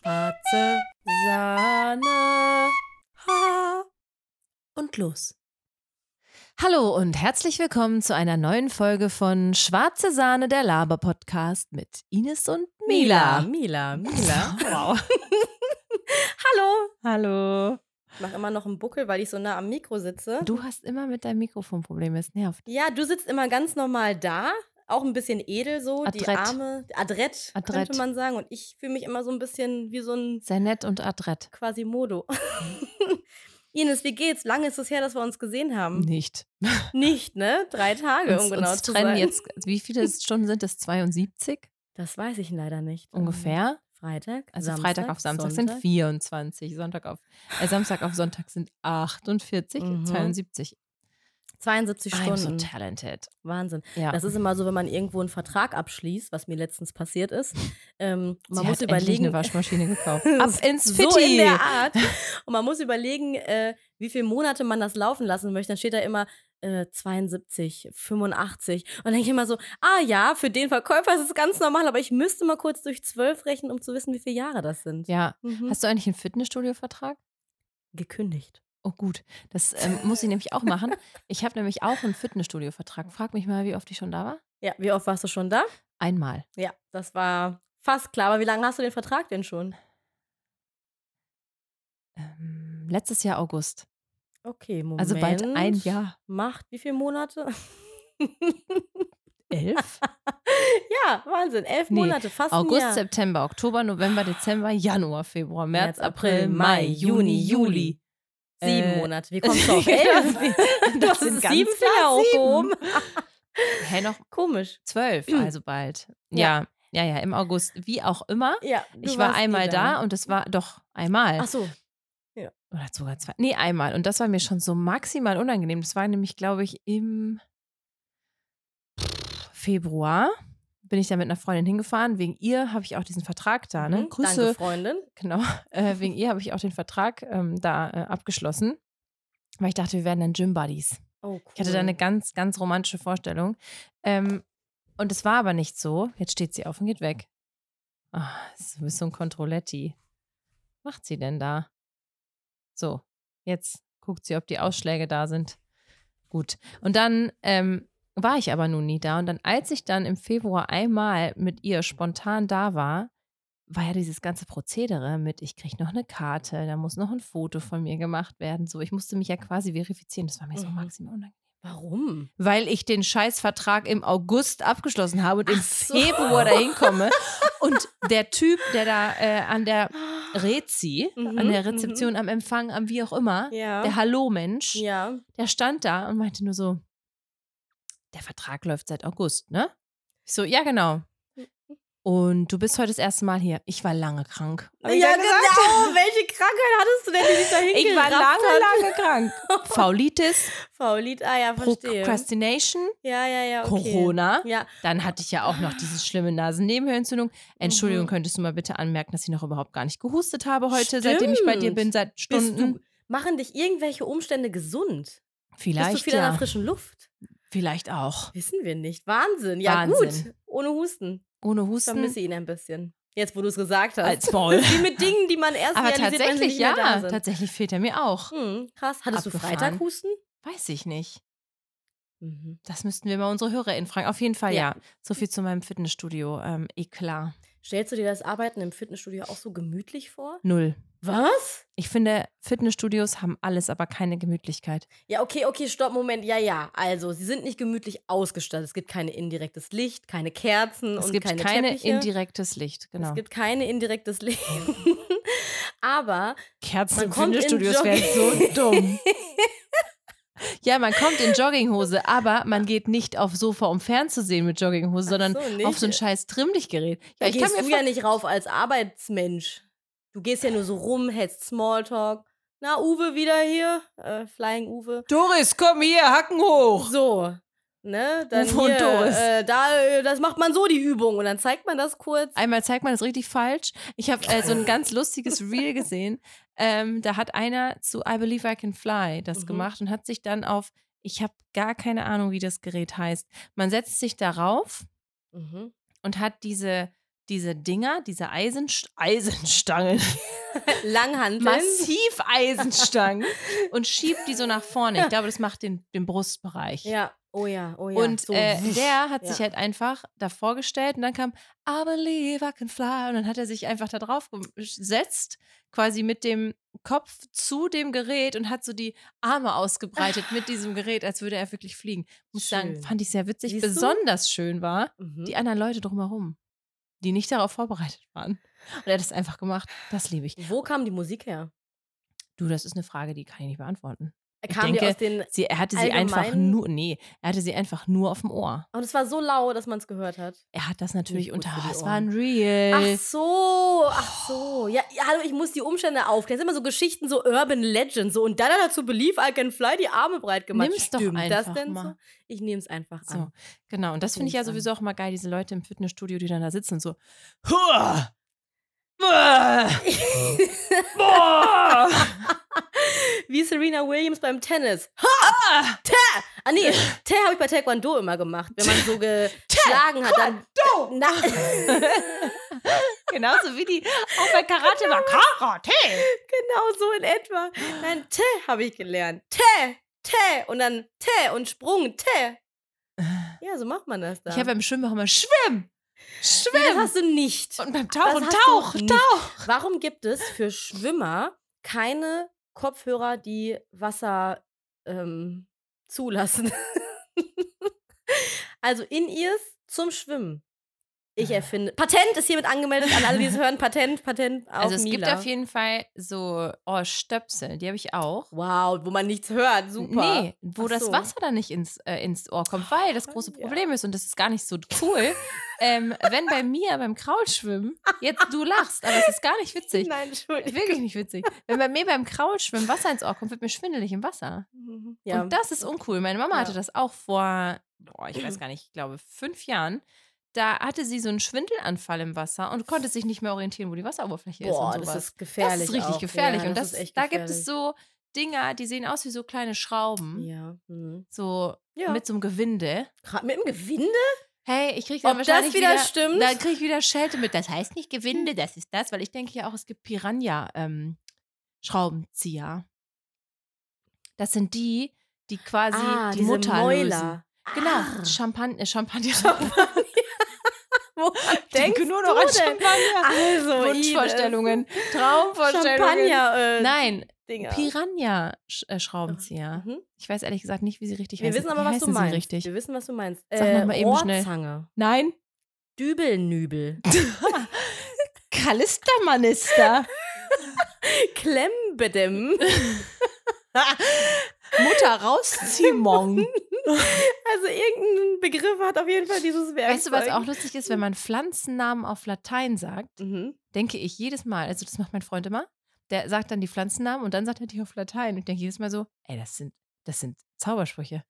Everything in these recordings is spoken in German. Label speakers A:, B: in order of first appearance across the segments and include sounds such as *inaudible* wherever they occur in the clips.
A: Schwarze Sahne. Ha. Und los.
B: Hallo und herzlich willkommen zu einer neuen Folge von Schwarze Sahne, der Laber-Podcast mit Ines und Mila.
A: Mila, Mila.
B: *laughs* Wow.
A: Hallo.
B: Hallo.
A: Ich mach immer noch einen Buckel, weil ich so nah am Mikro sitze.
B: Du hast immer mit deinem Mikrofon Probleme, es nervt.
A: Ja, du sitzt immer ganz normal da. Auch ein bisschen edel so. Die
B: Adrett.
A: Arme. Adrett,
B: Adrett.
A: könnte man sagen. Und ich fühle mich immer so ein bisschen wie so ein
B: Sehr nett und adrett.
A: Quasimodo. *laughs* Ines, wie geht's? Lange ist es her, dass wir uns gesehen haben.
B: Nicht.
A: Nicht, ne? Drei Tage, Ähm, um
B: uns,
A: genau
B: uns
A: zu
B: trennen
A: sein. Ähm,
B: jetzt, also wie viele Stunden sind das? 72
A: Das weiß ich leider nicht.
B: ungefähr?
A: Freitag.
B: Also Freitag auf Samstag sind
A: Sonntag.
B: 24, Sonntag auf, äh, Samstag auf Sonntag sind 48,
A: Mhm.
B: 72.
A: 72
B: I'm so
A: Stunden.
B: talented.
A: Wahnsinn.
B: Ja.
A: Das ist immer so, wenn man irgendwo einen Vertrag abschließt, was mir letztens passiert ist. Ähm, man
B: Sie
A: muss
B: hat endlich
A: überlegen,
B: eine Waschmaschine gekauft.
A: *laughs*
B: Ab ins Fitti.
A: so in der Art. Und man muss überlegen, äh, wie viele Monate man das laufen lassen möchte. Dann steht da immer äh, 72, 85. Und dann denke ich immer so, ah ja, für den Verkäufer ist es ganz normal, aber ich müsste mal kurz durch 12 rechnen, um zu wissen, wie viele Jahre das sind.
B: ja.
A: Mhm.
B: Hast du eigentlich einen Fitnessstudio-Vertrag?
A: gekündigt.
B: Oh gut, das ähm, muss ich nämlich auch machen. Ich habe nämlich auch einen Fitnessstudio-Vertrag. Frag mich mal, wie oft ich schon da war.
A: Ja, wie oft warst du schon da?
B: Einmal.
A: Ja, das war fast klar. Aber wie lange hast du den Vertrag denn schon?
B: Ähm, letztes Jahr August.
A: Okay, Moment.
B: Also bald ein Jahr.
A: Macht wie viele Monate? *laughs*
B: Elf?
A: ja, Wahnsinn. Elf
B: Nee,
A: Monate, fast
B: August,
A: ein Jahr.
B: September, Oktober, November, Dezember, Januar, Februar, März, April, Mai, Juni, Juli.
A: Sieben
B: Äh,
A: Monate.
B: *laughs*
A: Wie kommst du *laughs* auf elf?
B: Das
A: hast
B: sind ganz
A: sieben
B: klar
A: Finger hochgehoben.
B: Hä, noch
A: Komisch.
B: zwölf, also bald. Ja.
A: Hm. Ja.
B: ja, ja, im August. Wie auch immer.
A: Ja, du
B: ich war
A: warst nie
B: einmal da und äh, es war doch einmal.
A: Ach so.
B: oder sogar zwei. Nee, einmal. Und das war mir schon so maximal unangenehm. Das war nämlich, glaube ich, im Februar. Bin ich da mit einer Freundin hingefahren. Wegen ihr habe ich auch diesen Vertrag da. Ne?
A: Mhm. Danke, Freundin.
B: *laughs* Genau. Äh, wegen ihr habe ich auch den Vertrag ähm, da äh, abgeschlossen. Weil ich dachte, wir werden dann Gym-Buddies.
A: Oh, cool.
B: Ich hatte da eine ganz, ganz romantische Vorstellung. Ähm, und es war aber nicht so. Jetzt steht sie auf und geht weg. Ah, so ist so ein Controletti. Was macht sie denn da? So, jetzt guckt sie, ob die Ausschläge da sind. Gut. Und dann ähm, war ich aber nun nie da. Und dann, als ich dann im Februar einmal mit ihr spontan da war, war ja dieses ganze Prozedere mit, ich kriege noch eine Karte, da muss noch ein Foto von mir gemacht werden. So, ich musste mich ja quasi verifizieren. Das war mir so
A: Mhm.
B: maximal unangenehm
A: Warum?
B: weil ich den Scheißvertrag im August abgeschlossen habe und im
A: Ach so.
B: Februar dahin komme. Und der Typ, der da äh, an der Rezi,
A: *laughs* Mhm,
B: an der Rezeption, am Empfang, am wie auch immer,
A: Ja.
B: der Hallo-Mensch,
A: ja.
B: der stand da und meinte nur so, der Vertrag läuft seit August, ne? Ich so, ja, genau. Und du bist heute das erste Mal hier. Ich war lange krank. Hab ich
A: ja,
B: da gesagt?
A: genau. *laughs* Welche Krankheit hattest du denn, die dich da
B: Ich genau. war
A: hingerafft hat?
B: lange, lange krank. *laughs* Faulitis,
A: Faulit, ah ja, verstehe.
B: Procrastination,
A: Ja, ja, ja, okay.
B: Corona.
A: Ja,
B: Dann hatte ich ja auch noch diese schlimme Nasennebenhöhlenentzündung. Entschuldigung,
A: Mhm.
B: könntest du mal bitte anmerken, dass ich noch überhaupt gar nicht gehustet habe heute, seitdem ich bei dir bin, seit
A: bist
B: Stunden.
A: du, machen dich irgendwelche Umstände gesund?
B: Vielleicht
A: Bist du viel
B: ja.
A: an der frischen Luft?
B: Vielleicht auch.
A: Wissen wir nicht. Wahnsinn. Ja,
B: Wahnsinn.
A: gut. Ohne Husten.
B: Ohne
A: Ich
B: Husten
A: vermisse ihn ein bisschen. Jetzt, wo du es gesagt
B: *laughs*
A: hast.
B: als Maul.
A: Wie mit Dingen, die man erst
B: Aber
A: realisiert, wenn sie
B: tatsächlich,
A: nicht mehr
B: ja,
A: da sind.
B: tatsächlich fehlt er mir auch.
A: Hm, krass. Hattest
B: Abgefahren.
A: du Freitag Husten? Mhm.
B: Weiß ich nicht. Das müssten wir mal unsere HörerInnen fragen. Auf jeden Fall ja.
A: Ja.
B: So viel zu meinem Fitnessstudio. Ähm, eh klar.
A: Stellst du dir das Arbeiten im Fitnessstudio auch so gemütlich vor?
B: Null.
A: Was?
B: Ich finde, Fitnessstudios haben alles, aber keine Gemütlichkeit.
A: Ja, okay, okay, stopp, Moment. Ja, ja. Also, sie sind nicht gemütlich ausgestattet. Es gibt keine indirektes Licht, keine Kerzen
B: Es
A: und
B: gibt
A: keine,
B: kein
A: Teppiche.
B: indirektes Licht. Genau.
A: Es gibt keine indirektes Licht.
B: *laughs*
A: Aber
B: Kerzen
A: Man
B: im
A: kommt in
B: Fitnessstudios wären so dumm. *laughs* Ja, man kommt in Jogginghose, aber man geht nicht auf Sofa, um fernzusehen mit Jogginghose, sondern
A: so, nicht.
B: auf so ein scheiß Trimmlichtgerät. Ja,
A: Da
B: ich kann
A: gehst
B: mir
A: du ja
B: vor-
A: nicht rauf als Arbeitsmensch. Du gehst ja nur so rum, hältst Smalltalk. Na, Uwe wieder hier. Äh, Flying Uwe.
B: Doris, komm hier, Hacken hoch.
A: So. Ne? Dann
B: Uwe und
A: hier,
B: Doris.
A: Äh, da, äh, das macht man so die Übung und dann zeigt man das kurz.
B: Einmal zeigt man das richtig falsch. Ich habe äh, so ein *laughs* ganz lustiges Reel gesehen. Ähm, da hat einer zu I Believe I Can Fly das
A: Mhm.
B: gemacht und hat sich dann auf, ich habe gar keine Ahnung, wie das Gerät heißt. Man setzt sich darauf
A: Mhm.
B: und hat diese diese Dinger, diese Eisenst *laughs*
A: *laughs*
B: Eisenstangen,
A: Langhanteln.
B: massiv
A: *laughs*
B: Eisenstangen und schiebt die so nach vorne. Ich glaube, das macht den, den Brustbereich.
A: Ja, oh ja, oh ja.
B: Und
A: so.
B: äh, der hat
A: Ja.
B: sich halt einfach davor gestellt und dann kam I believe I can fly und dann hat er sich einfach da drauf gesetzt, quasi mit dem Kopf zu dem Gerät und hat so die Arme ausgebreitet mit diesem Gerät, als würde er wirklich fliegen. Muss sagen,
A: Ah. Schön.
B: fand ich sehr witzig.
A: Siehst du?
B: Besonders schön war
A: mhm.
B: die anderen Leute drumherum, die nicht darauf vorbereitet waren. Und er hat es einfach gemacht. Das liebe ich.
A: Wo kam die Musik her?
B: Du, das ist eine Frage, die kann ich nicht beantworten.
A: Kam die
B: denke-
A: aus den.
B: Sie, er hatte sie einfach
A: Allgemein-
B: nur, nee, er hatte sie einfach nur auf dem Ohr.
A: Und es war so laut, dass man es gehört hat.
B: Er hat das natürlich
A: Nicht gut
B: unter.
A: für
B: Oh,
A: die
B: es war ein
A: Ohren.
B: Real.
A: Ach so, ach so. Ja, ja, hallo, ich muss die Umstände aufklären. Das sind immer so Geschichten, so Urban Legend. So. Und dann hat er zu Believe I Can Fly die Arme breit gemacht.
B: Nimm's doch
A: Stimmt das
B: einfach
A: denn
B: mal.
A: so? Ich nehme es einfach
B: So,
A: an.
B: genau. Und das finde ich ja
A: Nimm's an.
B: sowieso auch mal geil, diese Leute im Fitnessstudio, die dann da sitzen und so. *laughs* Hua! Hua! Boah!
A: Wie Serena Williams beim Tennis. Ha! Tä! Ah, nee, Tä habe ich bei Taekwondo immer gemacht. Wenn man so geschlagen hat, dann. Na, *laughs*
B: Genauso wie die auch bei Karate
A: *laughs*
B: war. Karate!
A: genau so in etwa. Nein, Tä habe ich gelernt. Tä! Tä! Und dann Tä und Sprung. Tä! Ja, so macht man das dann.
B: Äh. Ich habe beim Schwimmen auch immer Schwimm!
A: nee, das
B: Schwimm!
A: hast du nicht.
B: Und beim Tauchen
A: Das hast du
B: Tauch!
A: nicht.
B: Tauch!
A: Warum gibt es für Schwimmer keine Kopfhörer, die Wasser ähm, zulassen? *laughs* also in ears zum Schwimmen.
B: Mhm.
A: Ich erfinde. Patent ist hiermit angemeldet an alle, die es hören. Patent, Patent auf
B: *laughs* Also es
A: Mila.
B: gibt auf jeden Fall so oh, Stöpsel, die habe ich auch.
A: wow, wo man nichts hört. Super.
B: Nee, wo
A: Ach
B: das
A: so.
B: Wasser dann nicht ins, äh, ins Ohr kommt, weil das große
A: Ja.
B: Problem ist, und das ist gar nicht so cool, ähm, wenn bei mir beim Kraulschwimmen, jetzt du lachst, aber es ist gar nicht witzig.
A: *laughs* Nein, Entschuldigung.
B: Wirklich nicht witzig. Wenn bei mir beim Kraulschwimmen Wasser ins Ohr kommt, wird mir schwindelig im Wasser.
A: Mhm. Ja.
B: Und das ist uncool. Meine Mama
A: Ja.
B: hatte das auch vor, boah, ich weiß gar nicht, ich glaube fünf Jahren. Da hatte sie so einen Schwindelanfall im Wasser und konnte sich nicht mehr orientieren, wo die Wasseroberfläche ist.
A: Boah,
B: Und sowas.
A: das ist gefährlich.
B: Das ist richtig
A: auch.
B: gefährlich.
A: Ja,
B: und das,
A: ist echt
B: da
A: gefährlich.
B: gibt es so Dinger, die sehen aus wie so kleine Schrauben.
A: Ja. Mhm.
B: So
A: ja.
B: mit
A: Mit,
B: so einem Gewinde.
A: mit dem Gewinde?
B: Hey, ich krieg dann
A: Ob das
B: wahrscheinlich
A: wieder, stimmt?
B: Dann krieg ich wieder Schelte mit. Das heißt nicht Gewinde, das ist das, weil ich denke ja auch, es gibt ähm, Piranha-Schraubenzieher. das sind die, die quasi
A: ah,
B: die
A: diese
B: Mutter lösen.
A: Mäuler.
B: Genau,
A: Ah.
B: Champagner, äh,
A: *laughs*
B: Champagner. *laughs*
A: Wo
B: Ich denke nur noch
A: du
B: an
A: denn?
B: Champagner.
A: Also,
B: Ah,
A: *laughs*
B: Wunschvorstellungen,
A: Ines.
B: Traumvorstellungen.
A: Champagner. Äh,
B: Nein,
A: Dinger.
B: Piranha-Schraubenzieher.
A: Mhm.
B: Ich weiß ehrlich gesagt nicht, wie sie richtig
A: Wir
B: heißen.
A: wissen aber,
B: Wie
A: was du
B: heißen sie
A: meinst.
B: richtig?
A: Wir wissen, was du meinst. Äh,
B: Sag noch mal eben schnell.
A: Rohrzange. *laughs*
B: Nein. *laughs*
A: Dübelnübel.
B: Kalistermanister.
A: Klemmbedem.
B: Mutter rausziehmong.
A: Also irgendein Begriff hat auf jeden Fall dieses Werk.
B: Weißt du, was auch lustig ist, wenn man Pflanzennamen auf Latein sagt, *clears throat*
A: Mhm.
B: denke ich jedes Mal, also das macht mein Freund immer, der sagt dann die Pflanzennamen und dann sagt er die auf Latein. Und ich denke jedes Mal so, ey, das sind, das sind Zaubersprüche.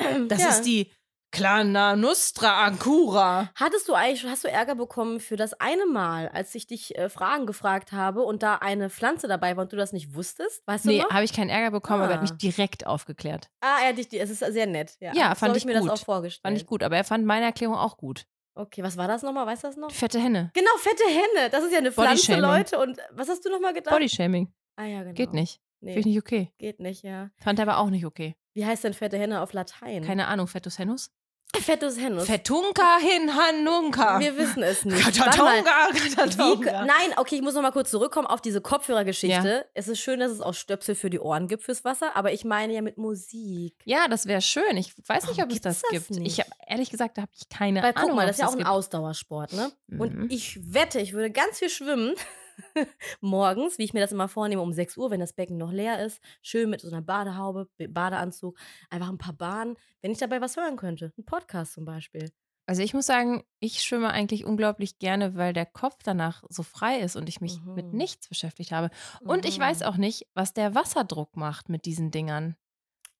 A: ja.
B: die Clana Nostra Ancura.
A: Hattest du eigentlich, hast du Ärger bekommen für das eine Mal, als ich dich äh, Fragen gefragt habe und da eine Pflanze dabei war und du das nicht wusstest? Weißt
B: Nee,
A: du noch?
B: habe ich keinen Ärger bekommen, aber er hat
A: Ah.
B: mich direkt aufgeklärt.
A: Ah, er hat dich, es ist sehr nett. Ja,
B: Ja,
A: so
B: fand
A: hab
B: ich
A: mir
B: gut.
A: das auch vorgestellt.
B: Fand ich gut, aber er fand meine Erklärung auch gut.
A: Okay, was war das nochmal? Weißt du das noch?
B: Fette Henne.
A: Genau, fette Henne. Das ist ja eine Pflanze,
B: Bodyshaming.
A: Leute. Und was hast du nochmal gedacht?
B: Bodyshaming.
A: ah, ja, genau.
B: Geht nicht.
A: Nee,
B: Finde ich nicht okay.
A: Geht nicht, ja.
B: Fand er aber auch nicht okay.
A: Wie heißt denn fette Henne auf Latein?
B: Keine Ahnung, Fettus Hennus?
A: *laughs* Fettus Hennus.
B: Fetunka hin Hanunka.
A: Wir wissen es nicht. Warte mal,
B: Katatonga,
A: wie,
B: Katatonga.
A: nein, okay, ich muss nochmal kurz zurückkommen auf diese Kopfhörergeschichte. Es ist schön, dass es auch Stöpsel für die Ohren gibt fürs Wasser, aber ich meine ja mit Musik.
B: Ja, das wäre schön. Ich weiß nicht, ob
A: Warum
B: es das,
A: gibt's das
B: gibt. Ich
A: nicht?
B: hab, ehrlich gesagt, da habe ich keine
A: Weil
B: Ahnung.
A: guck mal,
B: ob
A: das ist ja
B: es
A: auch ein
B: gibt.
A: Ausdauersport, ne?
B: Mhm.
A: Und ich wette, ich würde ganz viel schwimmen *laughs* morgens, wie ich mir das immer vornehme, um 6 Uhr, wenn das Becken noch leer ist. Schön mit so einer Badehaube, B- Badeanzug, einfach ein paar Bahnen, wenn ich dabei was hören könnte. Ein Podcast zum Beispiel.
B: Also ich muss sagen, ich schwimme eigentlich unglaublich gerne, weil der Kopf danach so frei ist und ich mich
A: Mhm.
B: mit nichts beschäftigt habe. Und ich weiß auch nicht, was der Wasserdruck macht mit diesen Dingern.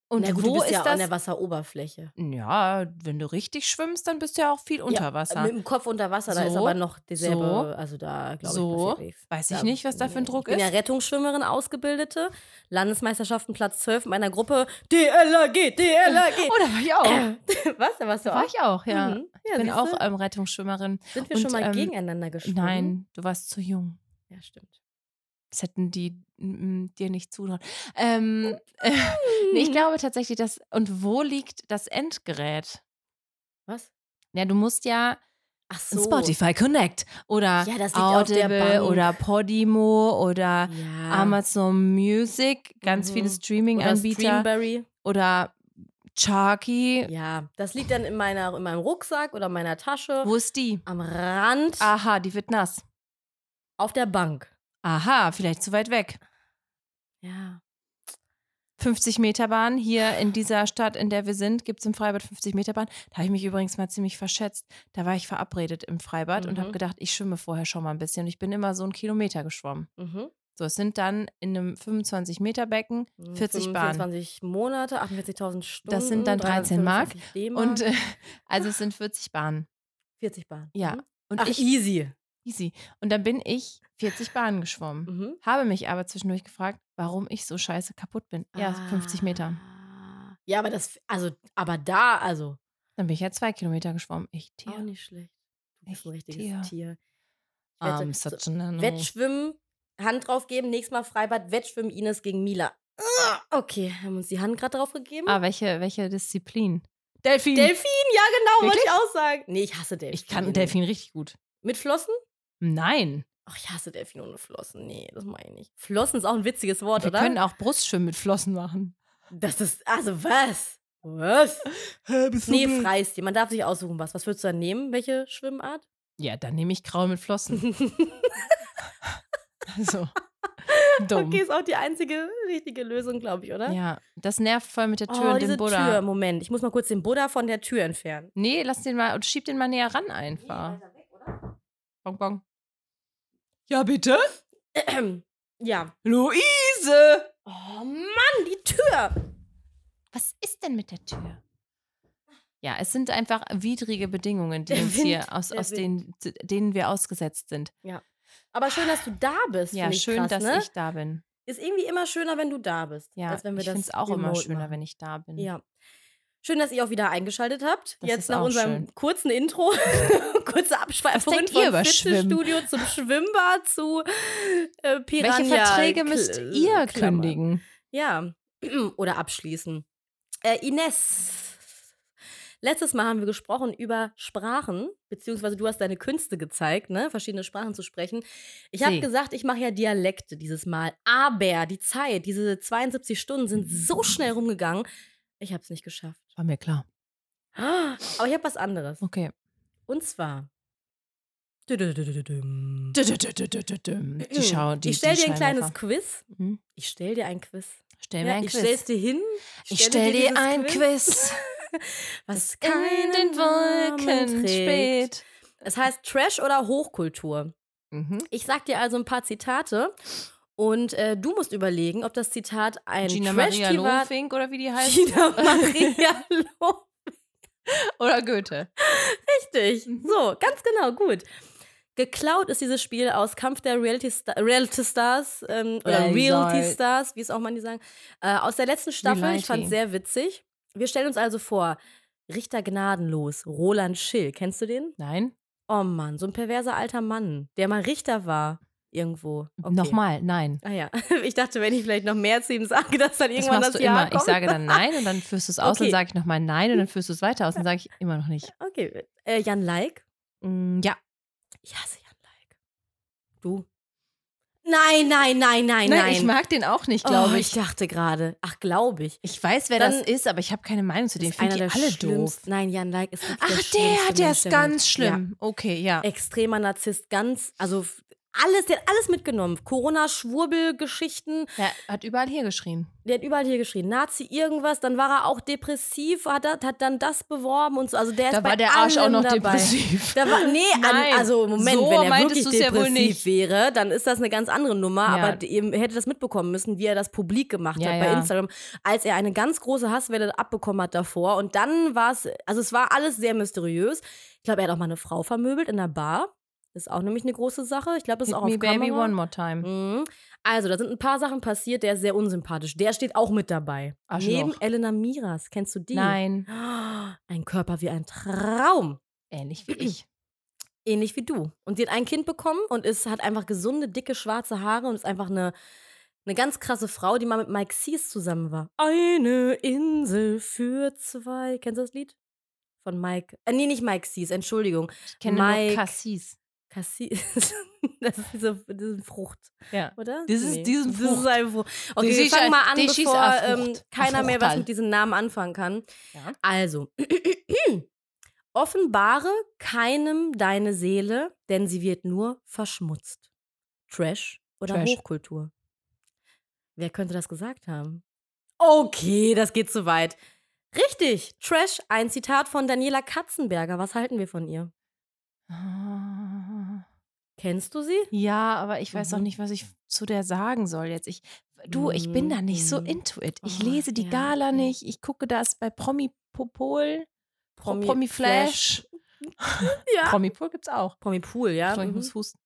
B: Und
A: Na gut,
B: wo
A: du bist
B: ist
A: ja
B: das?
A: an der Wasseroberfläche. Äh,
B: ja, wenn du richtig schwimmst, dann bist du ja auch viel unter Wasser.
A: Ja, mit dem Kopf unter Wasser, da ist
B: So,
A: aber noch
B: so,
A: dieselbe, also da glaube
B: so.
A: ich passiert nichts.
B: Weiß ich
A: Da-
B: nicht, was da für ein
A: nee.
B: Druck
A: ich
B: ist.
A: bin ja Rettungsschwimmerin, Ausgebildete, Landesmeisterschaften Platz 12 in meiner Gruppe DLRG, DLRG. *coughs*
B: oh, da war ich
A: *laughs*
B: auch.
A: Was, da warst du
B: Da war
A: auch?
B: ich auch, ja.
A: Mhm. ja
B: Ich bin
A: siehste,
B: auch ähm, Rettungsschwimmerin.
A: Sind wir
B: und,
A: schon mal
B: ähm,
A: gegeneinander geschwommen?
B: Nein, du warst zu jung.
A: Ja, stimmt.
B: Das hätten die mm, dir nicht zutrauen. Ähm, *laughs* nee, ich glaube tatsächlich, dass. Und wo liegt das Endgerät?
A: Was?
B: Ja, du musst ja
A: Ach so.
B: Spotify Connect oder
A: Ja, das liegt auf der
B: Audible
A: Bank.
B: oder Podimo oder
A: Ja.
B: Amazon Music, ganz
A: Mhm.
B: viele
A: Oder
B: Streaming-Anbieter
A: Streamberry.
B: oder Charky.
A: Ja, das liegt dann in, meiner, in meinem Rucksack oder meiner Tasche,
B: Wo Ah. ist die?
A: am Rand,
B: Aha, die wird nass.
A: auf der Bank.
B: Aha, vielleicht zu weit weg.
A: Ja.
B: 50 Meter Bahn hier in dieser Stadt, in der wir sind, gibt es im Freibad 50 Meter Bahn. Da habe ich mich übrigens mal ziemlich verschätzt. Da war ich verabredet im Freibad und
A: Mhm.
B: habe gedacht, ich schwimme vorher schon mal ein bisschen. Und ich bin immer so einen Kilometer geschwommen.
A: Mhm.
B: So, es sind dann in einem 25 Meter Becken 40 Bahnen.
A: 25 Mhm, Monate, 48.000 Stunden.
B: Das sind dann 13 Mark
A: 355 D-Mark,
B: Und äh, *laughs* also es sind 40 Bahnen.
A: 40 Bahn.
B: Ja.
A: Mhm.
B: Und
A: Ach,
B: ich
A: easy.
B: easy. Und dann bin ich 40 Bahnen geschwommen.
A: Mhm.
B: Habe mich aber zwischendurch gefragt, warum ich so scheiße kaputt bin. Ja,
A: Ah.
B: 50 Meter.
A: Ja, aber das, also, aber da, also.
B: Dann bin ich ja zwei Kilometer geschwommen. Ich
A: Auch
B: Tier.
A: nicht schlecht. Du bist ein
B: Echt,
A: richtiges
B: Tier. Ähm,
A: Tier. Ich wette,
B: I'm
A: so-
B: such an animal.
A: Wettschwimmen, Hand drauf geben, nächstes Mal Freibad, Wettschwimmen Ines gegen Mila. Ah, Okay, haben uns die Hand gerade drauf gegeben.
B: Ah, welche, welche Disziplin? Delfin.
A: Delfin, ja genau, wollte
B: Wirklich?
A: ich auch sagen. Nee, ich hasse Delfin.
B: Ich kann Delfin richtig gut.
A: Mit Flossen?
B: Nein.
A: Ach, ich hasse Delfin ohne Flossen. Nee, das meine ich nicht. Flossen ist auch ein witziges Wort,
B: Wir
A: oder?
B: können auch Brustschwimmen mit Flossen machen.
A: das ist, also was?
B: *laughs*
A: Was?
B: Hä, bist
A: Nee, freist dir. Man darf sich aussuchen, was. Was würdest du dann nehmen? Welche Schwimmart?
B: Ja, dann nehme ich Grau mit Flossen.
A: *laughs*
B: so. Dumm.
A: Okay, ist auch die einzige richtige Lösung, glaube ich, oder?
B: Ja, das nervt voll mit der Tür
A: Oh,
B: und
A: diese
B: dem Buddha.
A: Tür. Moment, ich muss mal kurz den Buddha von der Tür entfernen.
B: Nee, lass den mal und schieb den mal näher ran einfach. Bong, bong. Ja, bitte?
A: *clears throat* Ja.
B: Luise!
A: Oh Mann, die Tür!
B: Was ist denn mit der Tür? Ja, es sind einfach widrige Bedingungen, die
A: Der
B: uns
A: Wind,
B: hier aus,
A: der
B: aus denen, zu- denen wir ausgesetzt sind.
A: Aber schön, dass du da bist.
B: Ja,
A: find ich
B: schön,
A: krass,
B: dass
A: ne?
B: ich da bin.
A: Ist irgendwie immer schöner, wenn du da bist.
B: Ja,
A: als wenn wir
B: ich
A: das
B: finde es auch immer
A: remote
B: schöner,
A: machen.
B: wenn ich da bin.
A: Ja. Schön, dass ihr auch wieder eingeschaltet habt.
B: Das ist
A: Jetzt nach
B: auch
A: unserem
B: schön.
A: kurzen Intro, *laughs* kurze
B: Was
A: Abschweifung
B: denkt ihr
A: vom
B: über Schwimmen?
A: Fitnessstudio zum Schwimmbad zu äh, Piranha.
B: Welche Verträge
A: Kl-
B: müsst ihr
A: Klammern.
B: kündigen?
A: Ja, *clears throat* oder abschließen. Äh, Ines, letztes Mal haben wir gesprochen über Sprachen, beziehungsweise du hast deine Künste gezeigt, ne? verschiedene Sprachen zu sprechen. Ich habe
B: Sie.
A: gesagt, ich mache ja Dialekte dieses Mal, aber die Zeit, diese 72 Stunden sind so schnell rumgegangen, ich habe es nicht geschafft.
B: War mir klar.
A: Ah, Aber ich habe was anderes.
B: Okay.
A: Und zwar. Dü-dü-dü-dü-düm.
B: Dü- dü- dü- dü- dü- dü- dü. Die Schau, die
A: ich stell
B: die
A: dir ein kleines
B: Scheinwerfer.
A: Quiz.
B: Hm?
A: Ich stell dir ein Quiz.
B: Stell mir
A: Ja,
B: ein
A: ich
B: Quiz.
A: stell's dir hin.
B: ich stell dir
A: dieses
B: ein Quiz,
A: Was
B: in
A: keinen
B: den
A: Namen
B: Wolken
A: trägt.
B: spät.
A: Es heißt Trash oder Hochkultur.
B: Mhm.
A: Ich sag dir also ein paar Zitate und äh, du musst überlegen, ob das Zitat ein
B: Gina Maria
A: Trash-Zitat
B: Lohfink oder wie die heißt.
A: *laughs* Gina Maria Lohfink.
B: *laughs* Oder Goethe.
A: Richtig.
B: Mhm.
A: So, ganz genau, gut. Geklaut ist dieses Spiel aus Kampf der Reality, Sta Reality Stars ähm, oder
B: Reality
A: Reality
B: Stars.
A: Stars, wie es auch manche sagen, äh, aus der letzten Staffel. Ich
B: Reality.
A: fand es sehr witzig. Wir stellen uns also vor, Richter gnadenlos, Roland Schill, kennst du den?
B: Nein.
A: Oh Mann, so ein perverser alter Mann, der mal Richter war irgendwo. Okay.
B: Nochmal, nein.
A: Ah ja, *laughs* ich dachte, wenn ich vielleicht noch mehr zu ihm sage, dass dann
B: Das
A: irgendwann
B: machst
A: das,
B: du
A: Jahr
B: immer. Ich
A: kommt.
B: sage dann nein und dann führst du es aus,
A: Okay.
B: dann sage ich nochmal nein und dann führst du es weiter aus und sage ich immer noch nicht.
A: *laughs* okay, äh, Jan Like.
B: Mm, Ja.
A: Ich hasse Jan Like. Du? Nein, nein, nein, nein, nein.
B: Ne, ich mag den auch nicht,
A: glaube
B: glaube
A: oh,
B: ich.
A: ich dachte gerade. Ach, glaube ich.
B: Ich weiß, wer
A: Dann-
B: das ist, aber ich habe keine Meinung zu dem. Ich
A: Ist einer
B: finde die
A: der
B: alle doof.
A: schlimmsten- Nein, Jan Like ist wirklich
B: Ach,
A: der,
B: der,
A: schlimmste
B: der
A: Mensch
B: ist
A: der Welt.
B: ganz schlimm. Okay, ja.
A: Ja. Extremer Narzisst, ganz, also f- alles, der hat alles mitgenommen. Corona-Schwurbel-Geschichten,
B: Der hat überall hier geschrien.
A: der hat überall hier geschrieben, Nazi irgendwas, dann war er auch depressiv, hat, das- hat dann das beworben und so. Also der ist
B: Da
A: bei
B: war der Arsch auch
A: allem
B: noch
A: dabei.
B: depressiv.
A: Da war,
B: *laughs*
A: nee,
B: Nein,
A: an, also Moment,
B: so
A: wenn er
B: meintest
A: wirklich
B: du's ja wohl
A: depressiv
B: nicht.
A: wäre, dann ist das eine ganz andere Nummer.
B: Ja.
A: Aber ihr hätte das mitbekommen müssen, wie er das publik gemacht
B: Ja,
A: hat bei
B: ja.
A: Instagram, als er eine ganz große Hasswelle abbekommen hat davor. Und dann war es, also es war alles sehr mysteriös. Ich glaube, er hat auch mal eine Frau vermöbelt in einer Bar. Ist auch nämlich eine große Sache. Ich glaube, das ist
B: Hit
A: auch
B: me
A: auf
B: baby
A: Kamera.
B: one more time.
A: Mhm. Also, da sind ein paar Sachen passiert. Der ist sehr unsympathisch. Der steht auch mit dabei.
B: Arschloch.
A: Neben Elena Miras. Kennst du die?
B: Nein,
A: *gasps* Ein Körper wie ein Traum
B: ähnlich wie ich.
A: ähnlich wie du. Und sie hat ein Kind bekommen und ist, hat einfach gesunde, dicke, schwarze Haare und ist einfach eine, eine ganz krasse Frau, die mal mit Mike Sees zusammen war. Eine Insel für zwei. Kennst du das Lied? Von Mike. Äh, nee, nicht Mike Sees, Entschuldigung.
B: Ich kenne nur
A: Mike.
B: Cassis.
A: Cassis. *laughs* das ist diese, diese Frucht,
B: Ja.
A: oder?
B: Das ist diesen
A: Das ist
B: Frucht.
A: eine Frucht. Okay,
B: Das
A: wir
B: ist
A: fangen
B: ein-
A: mal an,
B: das ist
A: bevor
B: eine
A: ähm,
B: Frucht.
A: keiner
B: Eine
A: mehr was
B: Fruchtal.
A: mit diesen Namen anfangen kann.
B: Ja.
A: Also, *clears throat* offenbare keinem deine Seele, denn sie wird nur verschmutzt. Trash oder
B: Trash.
A: Hochkultur? Wer könnte das gesagt haben? Okay, das geht zu weit. Richtig, Trash, ein Zitat von Daniela Katzenberger. Was halten wir von ihr?
B: Ah.
A: Kennst du sie?
B: Ja, aber ich weiß auch
A: Mhm.
B: nicht, was ich zu der sagen soll jetzt. Ich, du, ich bin da nicht so
A: Mhm.
B: into it. Ich
A: Oh,
B: lese die
A: ja,
B: Gala
A: okay.
B: nicht. Ich gucke das bei Promi Popol, Promi,
A: Promi-
B: Promi Flash.
A: Ja.
B: Promi Pool gibt's auch.
A: Promi Pool, ja.
B: Sorry, ich
A: Mhm.
B: muss husten.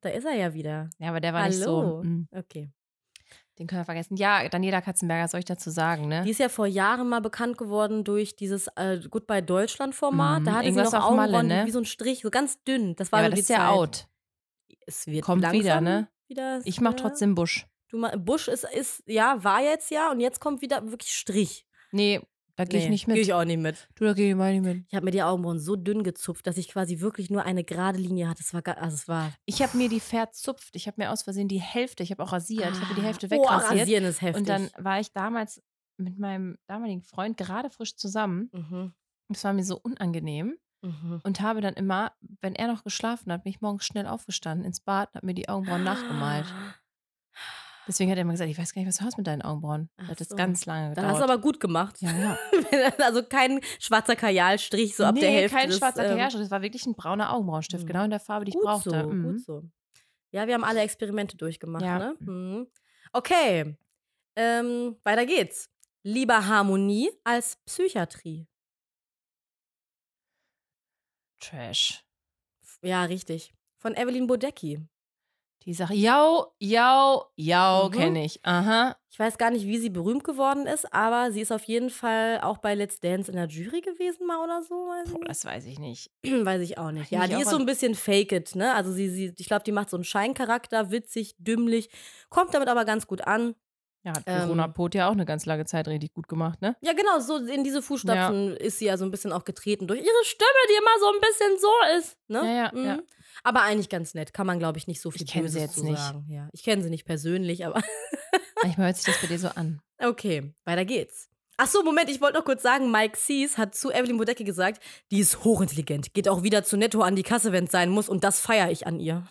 A: Da ist er ja wieder.
B: Ja, aber der war nicht so.
A: Hallo.
B: mm,
A: Okay.
B: Den können wir vergessen. Ja, Daniela Katzenberger, soll ich dazu sagen, ne?
A: Die ist ja vor Jahren mal bekannt geworden durch dieses äh, Goodbye Deutschland-Format.
B: Mhm,
A: Da hatte sie
B: irgendwas
A: noch
B: auf Malle,
A: Augenbrauen
B: ne?
A: wie so ein Strich, so ganz dünn. Das
B: ja,
A: war
B: aber
A: so
B: das
A: die
B: ist ja
A: Zeit.
B: out.
A: Es wird
B: Kommt
A: langsam
B: wieder, ne?
A: Wieder,
B: Ich mache
A: ja.
B: trotzdem Busch.
A: Du ma Busch ist, ist, ja, war jetzt ja und jetzt kommt wieder wirklich Strich.
B: Nee, da gehe ich
A: Nee,
B: nicht mit.
A: Geh ich auch nicht mit.
B: du, da gehe ich mal nicht mit.
A: Ich habe mir die Augenbrauen so dünn gezupft, dass ich quasi wirklich nur eine gerade Linie hatte. Es war, ga- also es war.
B: Ich habe mir die verzupft. Ich habe mir aus Versehen die Hälfte, ich habe auch rasiert, ich habe mir die Hälfte
A: Ah, boah,
B: wegrasiert.
A: rasieren ist heftig.
B: Und dann war ich damals mit meinem damaligen Freund gerade frisch zusammen.
A: Mhm.
B: Das war mir so unangenehm
A: Mhm.
B: und habe dann immer, wenn er noch geschlafen hat, bin ich morgens schnell aufgestanden ins Bad und habe mir die Augenbrauen nachgemalt.
A: *gasps*
B: Deswegen hat er immer gesagt, ich weiß gar nicht, was du hast mit deinen Augenbrauen. Das
A: Ach
B: hat
A: so.
B: jetzt ganz lange
A: Dann
B: gedauert.
A: hast du aber gut gemacht.
B: ja, ja.
A: also kein schwarzer Kajalstrich *laughs* so ab
B: nee,
A: der Hälfte.
B: kein
A: des,
B: schwarzer
A: ähm,
B: Kajalstrich. Das war wirklich ein brauner Augenbrauenstift,
A: Mhm.
B: genau in der Farbe, die ich
A: gut
B: brauchte.
A: So,
B: Mhm.
A: Gut so. Ja, wir haben alle Experimente durchgemacht,
B: Ja.
A: ne? Mhm. Okay. Ähm, weiter geht's. Lieber Harmonie als Psychiatrie.
B: Trash.
A: Ja, richtig. Von Evelyn Bodecki.
B: Die Sache, jau, jau, jau,
A: Mhm.
B: kenne ich. Aha.
A: Ich weiß gar nicht, wie sie berühmt geworden ist, aber sie ist auf jeden Fall auch bei Let's Dance in der Jury gewesen mal oder so. Weiß ich
B: Boah, das weiß ich nicht.
A: nicht. *clears throat* weiß ich auch nicht.
B: Kann
A: Ja,
B: ich
A: die
B: auch
A: ist so
B: an-
A: ein bisschen fake it, ne? Also sie, sie ich glaube, die macht so einen Scheincharakter, witzig, dümmlich, kommt damit aber ganz gut an.
B: Ja, hat
A: Ähm.
B: Verona Pot ja auch eine ganz lange Zeit richtig gut gemacht, ne?
A: Ja, genau, so in diese Fußstapfen ist sie ja so ein bisschen auch getreten durch ihre Stimme, die immer so ein bisschen so ist. Ne?
B: Ja, ja, ja.
A: Aber eigentlich ganz nett, kann man, glaube ich, nicht so viel
B: Ich kenn sie
A: Böses
B: jetzt
A: zu
B: nicht.
A: sagen. Ja, ich kenne sie nicht persönlich, aber
B: Manchmal hört sich das bei dir so an.
A: okay, weiter geht's. Ach so, Moment, ich wollte noch kurz sagen, Mike Sees hat zu Evelyn Bodecki gesagt, die ist hochintelligent, geht auch wieder zu Netto an die Kasse, wenn es sein muss und das feiere ich an ihr.